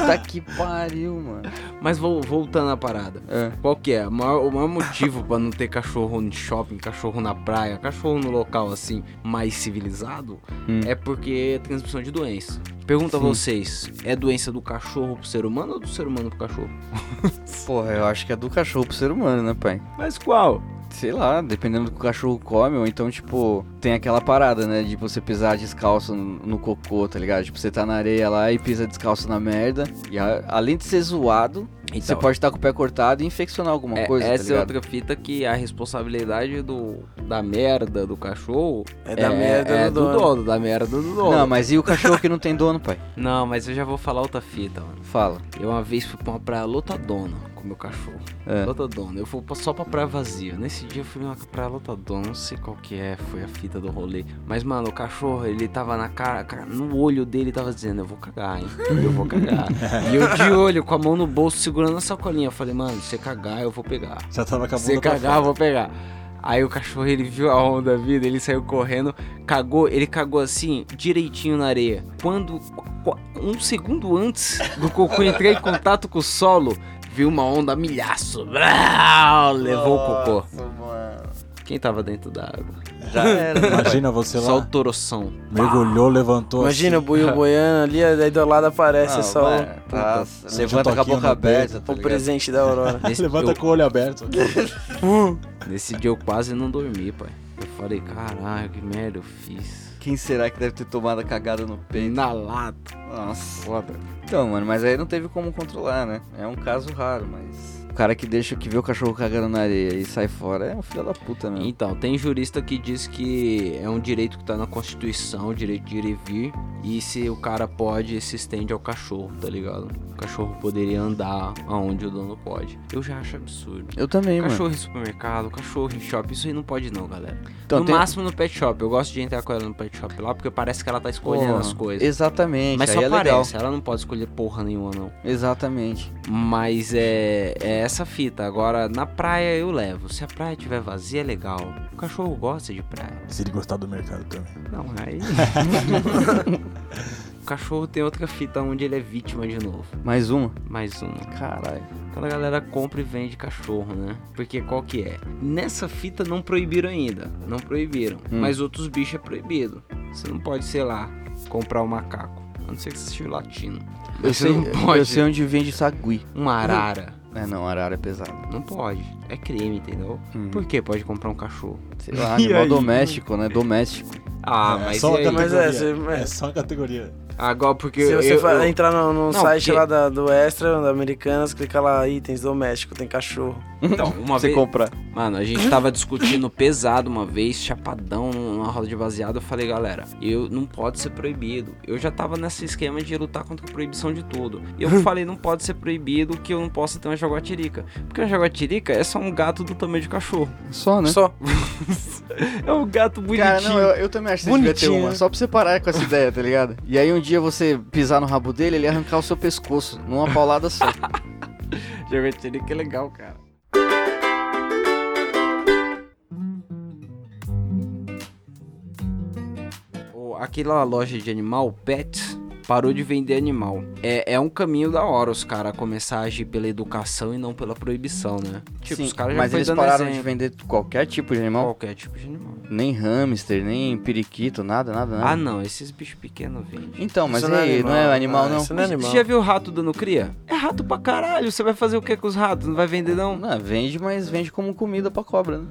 S3: Tá que pariu, mano.
S2: Mas vol- voltando à parada.
S3: É.
S2: Qual que é? O maior, o maior motivo pra não ter cachorro no shopping, cachorro na praia, cachorro no local assim mais civilizado
S3: Hum.
S2: é porque é transmissão de doença. Pergunta a vocês, é doença do cachorro pro ser humano ou do ser humano pro cachorro?
S3: Porra, eu acho que é do cachorro pro ser humano, né, pai?
S2: Mas qual?
S3: Sei lá, dependendo do que o cachorro come, ou então, tipo, tem aquela parada, né? De você pisar descalço no no cocô, tá ligado? Tipo, você tá na areia lá e pisa descalço na merda. E a- além de ser zoado,
S2: Então,
S3: você pode estar com o pé cortado e infeccionar alguma
S2: é-
S3: coisa,
S2: essa
S3: tá
S2: é
S3: ligado?
S2: outra fita que a responsabilidade do da merda do cachorro
S4: É da merda
S2: é
S4: do dono.
S2: dono, da merda do dono.
S3: Não, mas e o cachorro que não tem dono, pai?
S2: Não, mas eu já vou falar outra fita, mano.
S3: Fala.
S2: Eu uma vez fui pra uma praia lotadona com meu cachorro.
S3: É.
S2: Lotadona. Eu fui pra- só pra praia vazia. Nesse dia eu fui numa praia lotadona, não sei qual que é, foi a fita do rolê. Mas, mano, o cachorro, ele tava na cara, cara, no olho dele tava dizendo, eu vou cagar, hein? Eu vou cagar. e eu de olho, com a mão no bolso, segurando a sacolinha. Eu falei, mano, se você cagar, eu vou pegar.
S1: Já tava com a
S2: Se você
S1: bunda pra
S2: cagar, eu vou pegar. Aí o cachorro, ele viu a onda vida, ele saiu correndo, cagou, ele cagou assim, direitinho na areia. Quando, qu- um segundo antes do cocô entrar em contato com o solo, viu uma onda milhaço. Brau, levou o cocô. Quem tava dentro da água?
S3: Já era. né, pai?
S1: Imagina você
S2: Só o
S1: lá,
S2: toroção.
S1: mergulhou, levantou
S4: Imagina o buio boiano ali, aí do lado aparece
S3: Não,
S4: só
S2: um
S4: o-
S3: Ah, vai, tá,
S1: Sente um
S3: levanta com a
S1: toquinho
S3: boca
S1: no peito.
S3: aberta, tá
S4: o,
S3: ligado?
S4: presente da Aurora.
S1: assim,
S2: Nesse,
S1: levanta
S2: eu-
S1: com o olho aberto.
S3: Uh,
S2: nesse dia eu quase não dormi, pai. Eu falei, caralho, que merda eu fiz.
S3: Quem será que deve ter tomado a cagada no peito?
S2: Na lata.
S3: Nossa. Foda. Então, mano, mas aí não teve como controlar, né? É um caso raro, mas. O cara que deixa que vê o cachorro cagando na areia e sai fora é um filho da puta mesmo.
S2: Então, tem jurista que diz que é um direito que tá na Constituição, direito de ir e vir, e se o cara pode, se estende ao cachorro, tá ligado? O cachorro poderia andar aonde o dono pode. Eu já acho absurdo.
S3: Eu também, mano.
S2: Cachorro em supermercado, cachorro em shopping, isso aí não pode não, galera.
S3: Então,
S2: no
S3: tem-
S2: máximo no pet shop. Eu gosto de entrar com ela no pet shop lá, porque parece que ela tá escolhendo
S3: Porra,
S2: as coisas.
S3: Exatamente.
S2: Mas
S3: aí
S2: só
S3: é legal.
S2: parece, ela não pode escolher porra nenhuma, não.
S3: Exatamente.
S2: Mas é, é essa fita. Agora, na praia eu levo. Se a praia estiver vazia, é legal. O cachorro gosta de praia.
S1: Se ele gostar do mercado também.
S2: Não, aí. o cachorro tem outra fita onde ele é vítima de novo.
S3: Mais uma.
S2: Mais uma.
S3: Caralho.
S2: Aquela galera compra e vende cachorro, né? Porque qual que é? Nessa fita não proibiram ainda. Não proibiram.
S3: Hum.
S2: Mas outros bichos é proibido. Você não pode, sei lá, comprar um macaco. A não ser que você seja latino. Mas
S3: Eu sei,
S2: você não pode.
S3: eu sei onde vende sagui.
S2: Uma arara.
S3: É, não, arara é pesado.
S2: Não pode. É crime, entendeu?
S3: Hum.
S2: Por que pode comprar um cachorro?
S3: Sei lá, animal doméstico, né? Doméstico.
S2: Ah,
S1: é,
S2: mas
S1: só uma
S2: e aí?
S4: Mas
S1: categoria.
S4: é, você-
S1: é só uma categoria.
S2: agora porque
S4: Se você
S2: eu,
S4: fa-
S2: eu-
S4: entrar no,
S2: Não,
S4: no site
S2: porque-
S4: lá da- do Extra, da Americanas, clica lá, itens domésticos, tem cachorro.
S2: então, uma
S3: Você
S2: vez,
S3: comprar.
S2: mano, a gente tava discutindo pesado uma vez, chapadão numa roda de baseado, eu falei, galera, eu não pode ser proibido. Eu já tava nesse esquema de lutar contra a proibição de tudo. E eu falei, não pode ser proibido que eu não possa ter uma jaguatirica. Porque uma jaguatirica é só um gato do tamanho de cachorro.
S3: Só, né?
S4: Só.
S2: É um gato bonitinho.
S3: Cara, não, eu, eu também acho que você devia ter
S4: Bonitinho,
S3: uma.
S4: né?
S3: Só pra você parar com essa ideia, tá ligado? E aí um dia você pisar no rabo dele, ele ia arrancar o seu pescoço numa paulada só.
S2: Jaguatirica é legal, cara. O- Aquela loja de animal, Pet, parou de vender animal. É, é um caminho da hora os caras começar a agir pela educação e não pela proibição, né? Tipo,
S3: Sim,
S2: os caras já
S3: Mas
S2: foi
S3: eles
S2: dando
S3: pararam de
S2: exemplo.
S3: vender qualquer tipo de animal.
S2: qualquer tipo de animal.
S3: Nem hamster, nem periquito, nada, nada, nada.
S2: Ah, não, esses bichos pequenos vendem.
S3: Então, mas
S4: Isso não é
S3: aí, não
S4: animal.
S3: é animal,
S4: Ah,
S3: não?
S4: isso não é animal.
S2: Você já viu rato dando cria? É rato pra caralho, você vai fazer o que com os ratos? Não vai vender não?
S3: Não, vende, mas vende como comida pra cobra, né?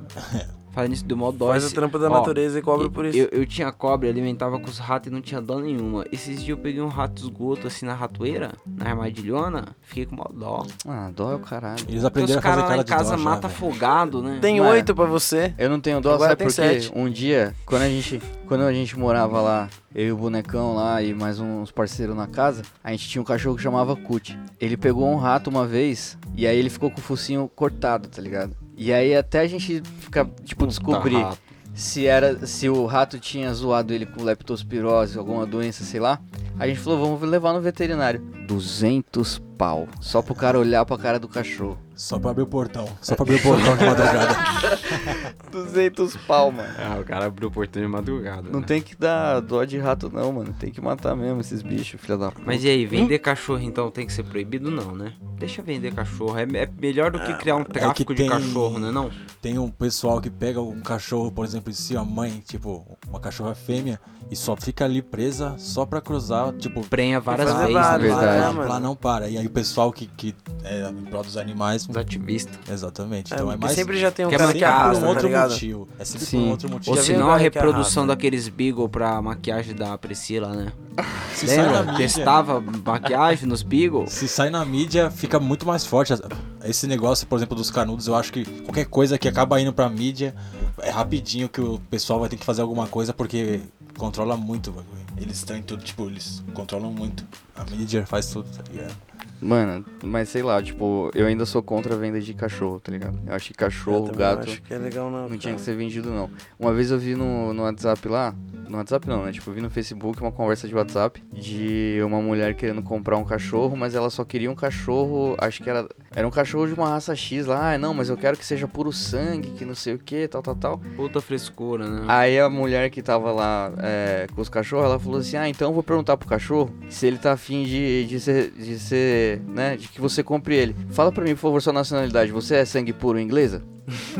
S2: Fala nisso do mó dó.
S4: Faz o
S2: esse-
S4: trampo da
S2: Ó,
S4: natureza e cobra por isso.
S2: Eu, eu tinha cobra, alimentava com os ratos e não tinha dó nenhuma. Esses dias eu peguei um rato esgoto assim na ratoeira, na armadilhona, fiquei com mal dó.
S3: Ah, dó é o caralho.
S1: Eles
S2: Porque os
S1: aprenderam a fazer
S2: caras lá
S1: cara
S2: em
S1: de dó
S2: casa
S1: já,
S2: mata
S1: velho.
S2: afogado, né?
S4: Tem
S3: Não é.
S4: oito pra você.
S3: Eu não tenho dó,
S4: Agora
S3: sabe
S4: tem
S3: por quê?
S4: sete.
S3: Um dia, quando a gente, quando a gente morava lá, eu e o bonecão lá e mais uns parceiros na casa, a gente tinha um cachorro que chamava Cut. Ele pegou um rato uma vez e aí ele ficou com o focinho cortado, tá ligado? E aí até a gente ficar, tipo, descobrir
S2: rato.
S3: se era se o rato tinha zoado ele com leptospirose, alguma doença, sei lá. A gente falou, vamos levar no veterinário. 200 pau, só pro cara olhar pra cara do cachorro.
S1: Só pra abrir o portão. Só pra abrir o portão de madrugada.
S3: 200 pau, mano.
S2: Ah, o cara abriu o portão de madrugada.
S3: Não
S2: né?
S3: tem que dar dó de rato, não, mano. Tem que matar mesmo esses bichos, filha da puta.
S2: Mas e aí, vender cachorro então tem que ser proibido? Não, né? Deixa vender cachorro. É, é melhor do que criar um tráfico de
S1: tem-
S2: cachorro, né? Não?
S1: Tem um pessoal que pega um cachorro, por exemplo, se a mãe, tipo, uma cachorra fêmea, e só fica ali presa só pra cruzar, tipo,
S2: Prenha várias
S4: fazer
S2: vezes.
S4: vários,
S2: né?
S3: né? Verdade.
S1: lá,
S4: mano.
S1: lá não para. E aí o pessoal que, que é em prol dos animais.
S2: Os ativistas.
S1: Exatamente.
S4: É,
S1: Então é,
S4: porque
S1: mais.
S4: sempre já tem um
S2: Quer
S4: cara que
S1: sempre por
S4: arrasta,
S1: um
S4: tá
S1: outro
S4: ligado?
S1: motivo. É sempre por
S3: Sim.
S1: um outro motivo.
S2: Ou
S4: Já
S1: Se,
S4: viu
S2: senão a
S4: vários que
S2: reprodução
S4: arrasam.
S2: daqueles Beagle pra maquiagem da Priscila, né?
S1: sai na
S2: Lembra?
S1: mídia,
S2: Testava maquiagem nos Beagle.
S1: se sai na mídia, fica muito mais forte. Esse negócio, por exemplo, dos canudos, eu acho que qualquer coisa que acaba indo pra mídia, é rapidinho que o pessoal vai ter que fazer alguma coisa porque controla muito o bagulho. Eles estão em tudo, tipo, eles controlam muito. A mídia faz tudo, tá ligado?
S3: Mano, mas sei lá, tipo, eu ainda sou contra a venda de cachorro, tá ligado? Eu acho que
S4: Eu
S3: cachorro,
S4: também
S3: gato,
S4: Acho que é legal, não.
S3: não tinha
S4: cara.
S3: que ser vendido, não. Uma vez eu vi no, no WhatsApp lá, no WhatsApp não, né? Tipo, eu vi no Facebook uma conversa de WhatsApp de uma mulher querendo comprar um cachorro, mas ela só queria um cachorro, acho que era, era um cachorro de uma raça X lá, ah, não, mas eu quero que seja puro sangue, que não sei o que, tal, tal, tal.
S2: Puta frescura, né?
S3: Aí a mulher que tava lá é, com os cachorros, ela falou assim: Ah, então eu vou perguntar pro cachorro se ele tá afim de, de ser. de ser. né? De que você compre ele. Fala pra mim, por favor, sua nacionalidade. Você é sangue puro inglesa?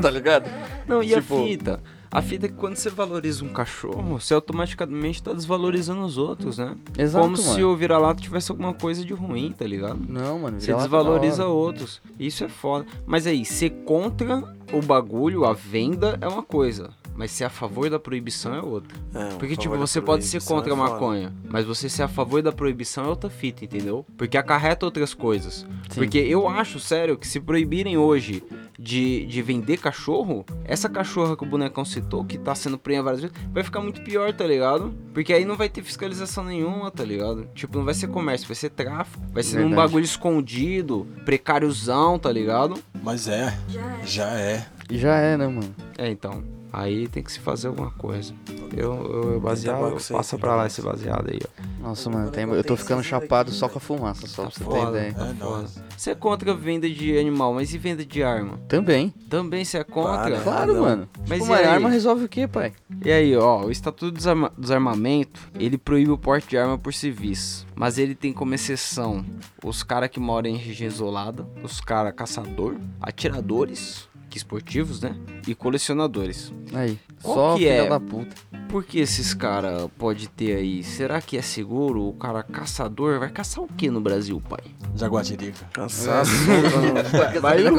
S3: tá ligado?
S2: Não, e a
S3: tipo-
S2: fita? A fita é que quando você valoriza um cachorro, você automaticamente tá desvalorizando os outros, né?
S3: Exato.
S2: Como
S3: mano.
S2: se o vira-lata tivesse alguma coisa de ruim, tá ligado?
S3: Não, mano.
S2: Você
S3: vira-lata é
S2: desvaloriza
S3: da hora.
S2: outros. Isso é foda. Mas aí, ser contra o bagulho, a venda, é uma coisa. Mas ser a favor da proibição é outra.
S4: É,
S2: Porque,
S4: a
S2: tipo,
S4: favor da
S2: você pode ser
S4: proibição
S2: contra
S4: é
S2: a
S4: foda.
S2: maconha, mas você ser a favor da proibição é outra fita, entendeu? Porque acarreta outras coisas. Porque eu acho, sério, que se proibirem hoje de, de vender cachorro, essa cachorra que o bonecão citou, que tá sendo prenha várias vezes, vai ficar muito pior, tá ligado? Porque aí não vai ter fiscalização nenhuma, tá ligado? Tipo, não vai ser comércio, vai ser tráfico, vai ser um
S3: Verdade.
S2: bagulho escondido, precáriozão, tá ligado?
S1: Mas é,
S5: Já é.
S1: já é.
S3: E já é, né, mano?
S2: É, então. Aí tem que se fazer alguma coisa. Eu, eu, eu
S4: tabaco
S2: baseado,
S4: isso aí,
S2: passa
S4: tem
S2: pra lá
S4: tabaco
S2: esse
S4: isso aí.
S2: baseado aí, ó.
S3: Nossa,
S4: Tem
S3: mano,
S4: um
S3: tem- eu
S4: negócio
S3: tô
S4: desse
S3: ficando
S4: aqui,
S3: chapado só
S4: né?
S3: com a fumaça, só pra você ter
S2: Tá foda.
S3: ideia.
S1: É,
S2: Foda.
S1: nossa.
S2: Você é contra a venda de animal, mas e venda de arma?
S3: Também.
S2: Também você é contra?
S4: Para.
S3: Claro,
S4: não.
S3: Tipo, mano.
S2: Mas
S3: Mas
S2: e aí?
S3: a arma resolve o quê, pai?
S2: E aí, ó, o Estatuto do Desarma- Desarmamento, ele proíbe o porte de arma por civis. Mas ele tem como exceção os caras que moram em região isolada, os caras caçador, atiradores, que esportivos, né? E colecionadores.
S3: Aí,
S2: Qual
S3: só
S2: que
S3: filha
S2: é?
S3: da puta.
S2: Por que esses caras pode ter aí? Será que é seguro? O cara caçador vai caçar o que no Brasil, pai?
S1: Jaguatirica.
S4: Cansaço.
S3: Vai,
S2: é
S4: Sei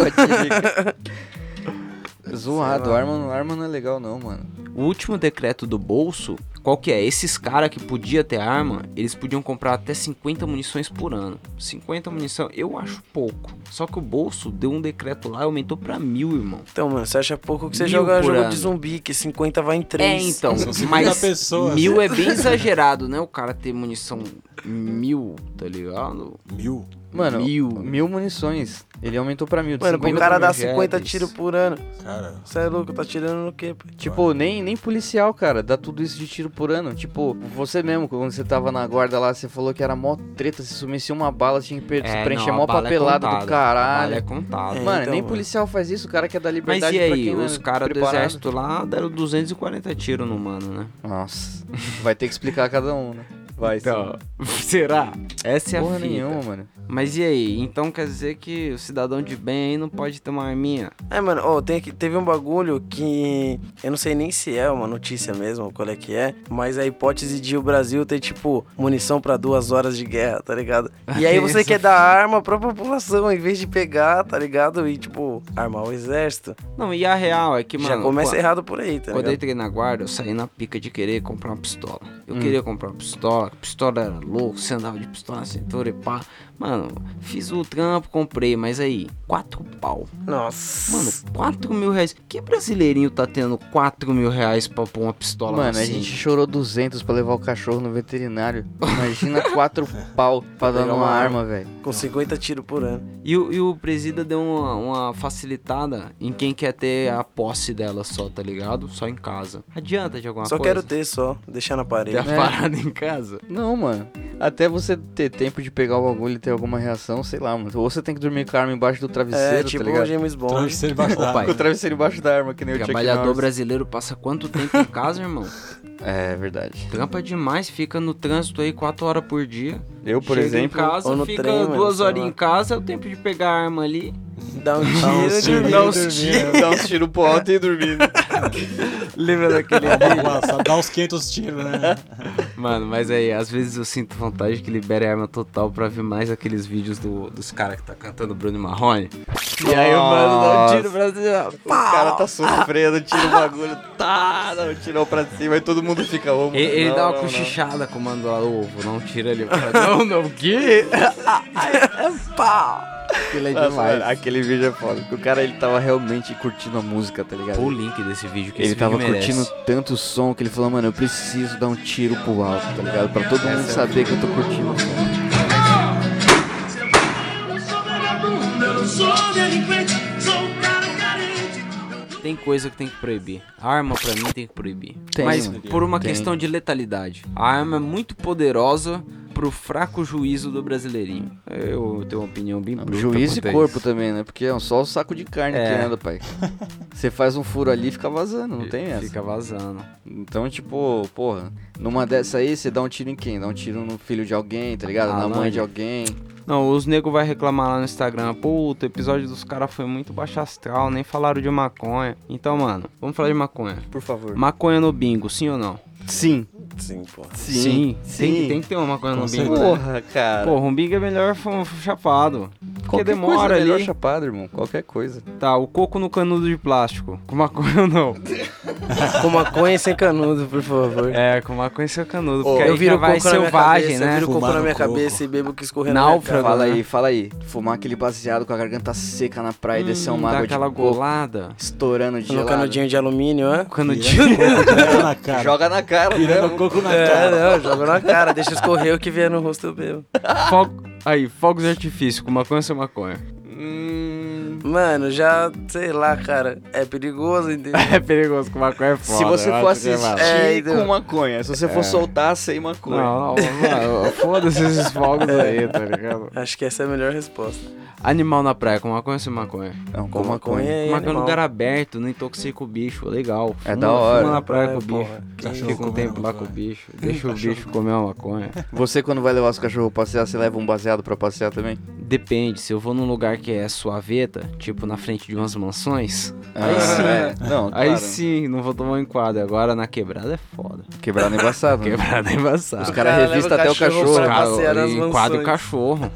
S3: Zoado,
S4: lá.
S3: arma, arma não é legal não, mano.
S2: O último decreto do bolso, qual que é? Esses caras que podia ter arma, eles podiam comprar até 50 munições por ano. 50 munição, eu acho pouco. Só que o bolso deu um decreto lá e aumentou pra mil, irmão.
S4: Então, mano, você acha pouco que você
S2: Mil
S4: joga
S2: por
S4: jogo
S2: ano.
S4: de zumbi, que 50 vai em
S2: É,
S4: 3.
S2: então,
S1: São 50
S2: mas
S1: pessoas.
S2: mil é bem exagerado, né? O cara ter munição mil, tá ligado?
S1: Mil.
S3: Mano,
S2: Mil.
S3: mil, munições. Ele aumentou pra mil. de
S4: Mano, pro
S3: 50
S4: cara dar
S3: mil.
S4: 50
S2: objetos.
S4: tiros por ano.
S1: Cara,
S4: Você é louco, tá tirando no quê, pai?
S3: Tipo, nem, nem policial, cara, dá tudo isso de tiro por ano. Tipo, você mesmo, quando você tava na guarda lá, você falou que era mó treta, se sumisse uma bala, tinha que pre-
S2: É,
S3: preencher
S2: não, a
S3: mó
S2: bala é
S3: papelada
S2: contada, A
S3: do caralho.
S2: bala é contada.
S4: É,
S3: Mano,
S4: então,
S3: nem
S4: mano.
S3: policial faz isso, o cara quer dar
S2: Mas
S3: liberdade
S2: e
S3: pra
S2: aí,
S3: quem não é
S2: os caras do
S3: preparado.
S2: exército lá deram 240 tiros no mano, né?
S3: Nossa, vai ter que explicar cada um, né? Vai,
S2: Então, será? Essa é
S3: sim. Porra
S2: a fita.
S3: nenhuma, mano.
S2: Mas e aí? Então quer dizer que o cidadão de bem aí não pode ter uma arminha?
S4: É, mano, ó, tem aqui, teve um bagulho que eu não sei nem se é uma notícia mesmo, qual é que é, mas a hipótese de o Brasil ter, tipo, munição pra duas horas de guerra, tá ligado? E aí você
S2: Isso.
S4: quer dar arma pra população, em vez de pegar, tá ligado? E, tipo, armar o exército.
S2: Não, e a real é que, mano.
S4: Já começa
S2: qua-
S4: errado por aí, tá
S2: Quando eu
S4: ligado?
S2: entrei na guarda, eu saí na pica de querer comprar uma pistola. Eu
S3: Hum.
S2: queria comprar uma pistola, a pistola era louco, você andava de pistola na cintura e pá. Mano, fiz o trampo, comprei, mas aí, quatro pau.
S4: Nossa.
S2: Mano, 4 mil reais. Que brasileirinho tá tendo 4 mil reais pra pôr uma pistola
S3: Mano,
S2: assim?
S3: a gente chorou 200 pra levar o cachorro no veterinário. Imagina quatro pau pra dar
S4: Pegar uma
S3: numa arma, velho.
S4: com 50 tiros por ano.
S2: E, o- e o presida deu uma, uma facilitada em quem quer ter a posse dela só, tá ligado? Só em casa. Adianta de alguma
S4: só
S2: coisa?
S4: quero ter só, deixar na parede.
S2: ter a
S3: É.
S2: parada em casa.
S3: Não, mano. Até você ter tempo de pegar o bagulho e ter alguma reação, sei lá, mano. Ou você tem que dormir com a arma embaixo do travesseiro,
S4: É, tipo
S3: tá ligado?
S4: o James Bond.
S1: travesseiro embaixo da
S2: Opa,
S1: água.
S3: Com o travesseiro embaixo da arma, que nem o Chuck
S2: Trabalhador
S3: Norris.
S2: brasileiro passa quanto tempo em casa, irmão?
S3: É, verdade.
S2: Trampa demais, fica no trânsito aí 4 horas por dia.
S3: Eu, por
S2: Chega
S3: exemplo...
S2: em casa,
S4: ou no
S2: fica
S4: trem, mano,
S2: duas
S4: sei
S2: horas
S4: lá.
S2: em casa, é o tempo de pegar a arma ali.
S4: Dá um
S1: uns
S4: tiro,
S1: tiros.
S4: dá uns
S1: Dormir,
S4: tiros.
S3: Dá uns tiros um pro alto e dormir.
S4: Lembra daquele
S1: Dá uma balança, Dá uns 500 tiros, né?
S2: Mano, mas aí, às vezes eu sinto vontade que libere a arma total pra ver mais aqueles vídeos do- dos caras que tá cantando Bruno e Marrone. E aí o mano dá um tiro pra cima.
S3: O cara tá sofrendo, tira o bagulho. Tá, não, tirou pra cima e todo mundo fica... ô, mano,
S2: Ele, ele
S3: não,
S2: dá uma
S3: não, não.
S2: cochichada com o mano lá, ovo, não tira ali. Fala, não, não, o quê? É Pá! Aquilo é
S3: Nossa,
S2: demais.
S3: mano, aquele vídeo é foda, porque o cara ele tava realmente curtindo a música, tá ligado?
S2: Pô, o link desse vídeo que
S3: ele
S2: esse
S3: tava
S2: vídeo merece.
S3: curtindo tanto o som que ele falou, mano, eu preciso dar um tiro pro alto, tá ligado? Pra todo
S2: é
S3: mundo saber que eu tô curtindo o som.
S2: Tem coisa que tem que proibir. A arma pra mim tem que proibir.
S3: Tem,
S2: Mas
S3: mano.
S2: por uma
S3: Tem.
S2: questão de letalidade. A arma é muito poderosa pro fraco juízo do brasileirinho. Eu tenho uma opinião bem bruta
S3: Juiz e
S2: quanto a
S3: corpo
S2: isso.
S3: também, né? Porque é só o saco de carne
S2: É.
S3: que anda, pai. Você faz um furo ali e fica vazando, não tem essa.
S2: Fica vazando.
S3: Então, tipo, porra, numa dessa aí você dá um tiro em quem? Dá um tiro no filho de alguém, tá ligado? Na
S2: Malandro.
S3: mãe de alguém.
S2: Não, os nego vai reclamar lá no Instagram. Puta, o episódio dos caras foi muito baixo astral, nem falaram de maconha. Então, mano, vamos falar de maconha.
S3: Por favor.
S2: Maconha no bingo, sim ou não?
S3: Sim.
S4: Sim, pô.
S3: Sim.
S2: Tem, tem que ter uma maconha
S1: Com
S2: no bingo. né?
S1: certeza.
S3: Porra, cara.
S2: Porra, um bingo é melhor f- f- chapado. Porque demora
S3: coisa é melhor
S2: ali.
S3: chapado, irmão. Qualquer coisa.
S2: Tá, o coco no canudo de plástico. Com maconha ou não?
S4: Com maconha e sem canudo, por favor.
S2: É, com maconha e seu canudo.
S3: Ô,
S2: Porque aí
S4: eu viro
S2: já
S4: o coco
S2: vai
S4: na minha
S2: selvagem,
S4: cabeça,
S2: né?
S4: eu viro o coco
S6: Fumar
S4: na
S6: no
S4: minha
S6: coco.
S4: cabeça e bebo o que escorrer
S2: Náufrago,
S4: na
S3: Fala
S4: minha cara.
S3: aí, fala aí. Fumar aquele baseado com a garganta seca na praia e descer
S2: Hum,
S3: uma
S2: dá
S3: água de
S2: aquela
S3: coco,
S2: golada.
S3: estourando de
S4: No canudinho de alumínio, é?
S2: Canudinho.
S6: Direto na cara.
S3: Joga na cara,
S6: Tirando
S3: né?
S6: o coco na
S4: É,
S6: cara.
S4: não, joga na cara, deixa escorrer o que vier no rosto eu bebo.
S2: Fogo- Aí, fogos de artifício, com maconha ou sem maconha? Hum.
S4: Mano, já, sei lá, cara, é perigoso, entendeu?
S2: É perigoso, com maconha é foda.
S3: Se você
S2: eu
S3: for assim,
S2: acho que é
S3: assistir
S2: massa.
S4: É, então.
S3: com maconha, se você for soltar sem maconha.
S2: Não, não, mano, foda-se esses fogos aí, tá ligado?
S4: Acho que essa é a melhor resposta.
S2: Animal na praia, com maconha ou sem maconha?
S3: Não,
S4: Com maconha
S2: Com
S4: é
S2: maconha no
S4: animal.
S2: lugar aberto, não intoxica o bicho, legal.
S3: É
S2: Fuma-
S3: da hora.
S2: Fuma na praia com o
S4: É, porra,
S2: bicho.
S6: que
S2: Fica um
S6: isso.
S2: tempo lá com o bicho. Deixa o bicho comer uma maconha.
S3: Você quando vai levar seu cachorro passear, você leva um baseado pra passear também?
S2: Depende, se eu vou num lugar que é suaveta, tipo na frente de umas mansões,
S3: Ah,
S2: aí sim.
S3: é. Não,
S2: Aí
S3: claro.
S2: sim, não vou tomar um enquadro. Agora na quebrada é foda.
S3: Quebrado embaçado. né?
S2: Quebrada é embaçada.
S3: Os caras
S4: cara leva
S3: revistam
S4: o
S3: até o
S4: cachorro
S3: cachorro.
S4: pra
S3: cara.
S4: passear. passeia nas
S2: e enquadra
S4: mansões.
S2: o cachorro.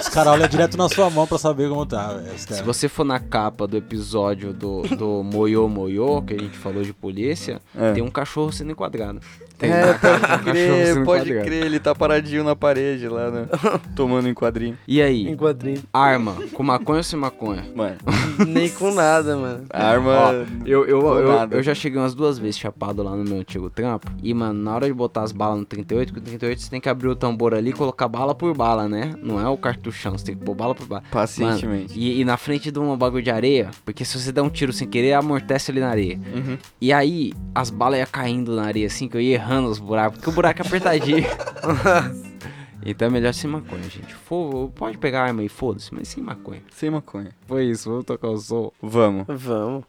S6: Os caras olham direto na sua mão pra saber como tá, velho. Os
S2: Se
S6: caras-
S2: você for na capa do episódio do, do Moyo Moyo, que a gente falou de polícia,
S3: É.
S2: tem um cachorro sendo enquadrado. Tem
S3: É,
S2: uma capa
S3: pode
S2: de um cachorro
S3: crer,
S2: sendo
S3: pode
S2: enquadrado.
S3: crer, ele tá paradinho na parede lá, né? Tomando um quadrinho.
S2: E
S4: Em
S2: aí,
S4: quadrinho.
S2: arma, com maconha ou sem maconha?
S3: Mano,
S4: Nem com nada, mano.
S3: a arma.
S2: Ó, eu, eu,
S3: Ou
S2: eu,
S3: nada.
S2: eu já cheguei umas duas vezes chapado lá no meu antigo trampo. E, mano, na hora de botar as balas no 38, que o 38 você tem que abrir o tambor ali e colocar bala por bala, né? Não é o cartuchão, você tem que pôr bala por bala. Mano,
S3: Pacientemente.
S2: e, e na frente de um bagulho de areia, porque se você der um tiro sem querer, amortece ali na areia.
S3: Uhum.
S2: E aí, as balas iam caindo na areia, assim, que eu ia errando os buracos, porque o buraco é apertadinho. então é melhor sem maconha, gente. Fo- pode pegar arma aí, foda-se, mas sem maconha.
S3: Sem maconha.
S2: Foi isso, vamos tocar o som.
S3: Vamos.
S4: Vamos.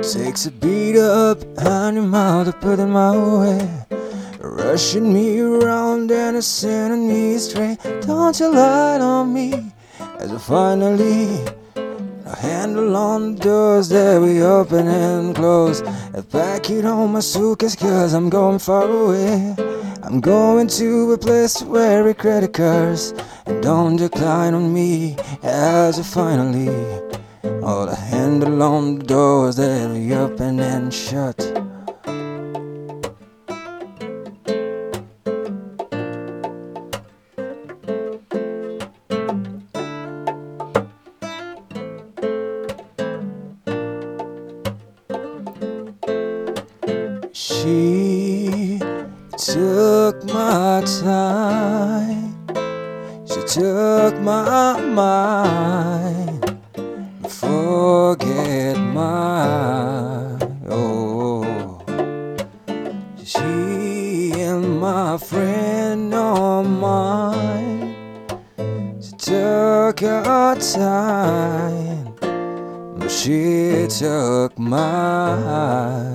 S1: Takes a beat up animal to put him away. Rushing me around and it's sending me astray. Don't you light on me as I finally a handle on the doors that we open and close. A packet on my suitcase, cause I'm going far away. I'm going to a place where regret occurs. And don't decline on me as I finally. All the handle on the doors that we open and shut. She took my time. She took my mind. Forget my oh. She and my friend are mine. She took her time. But she took mine.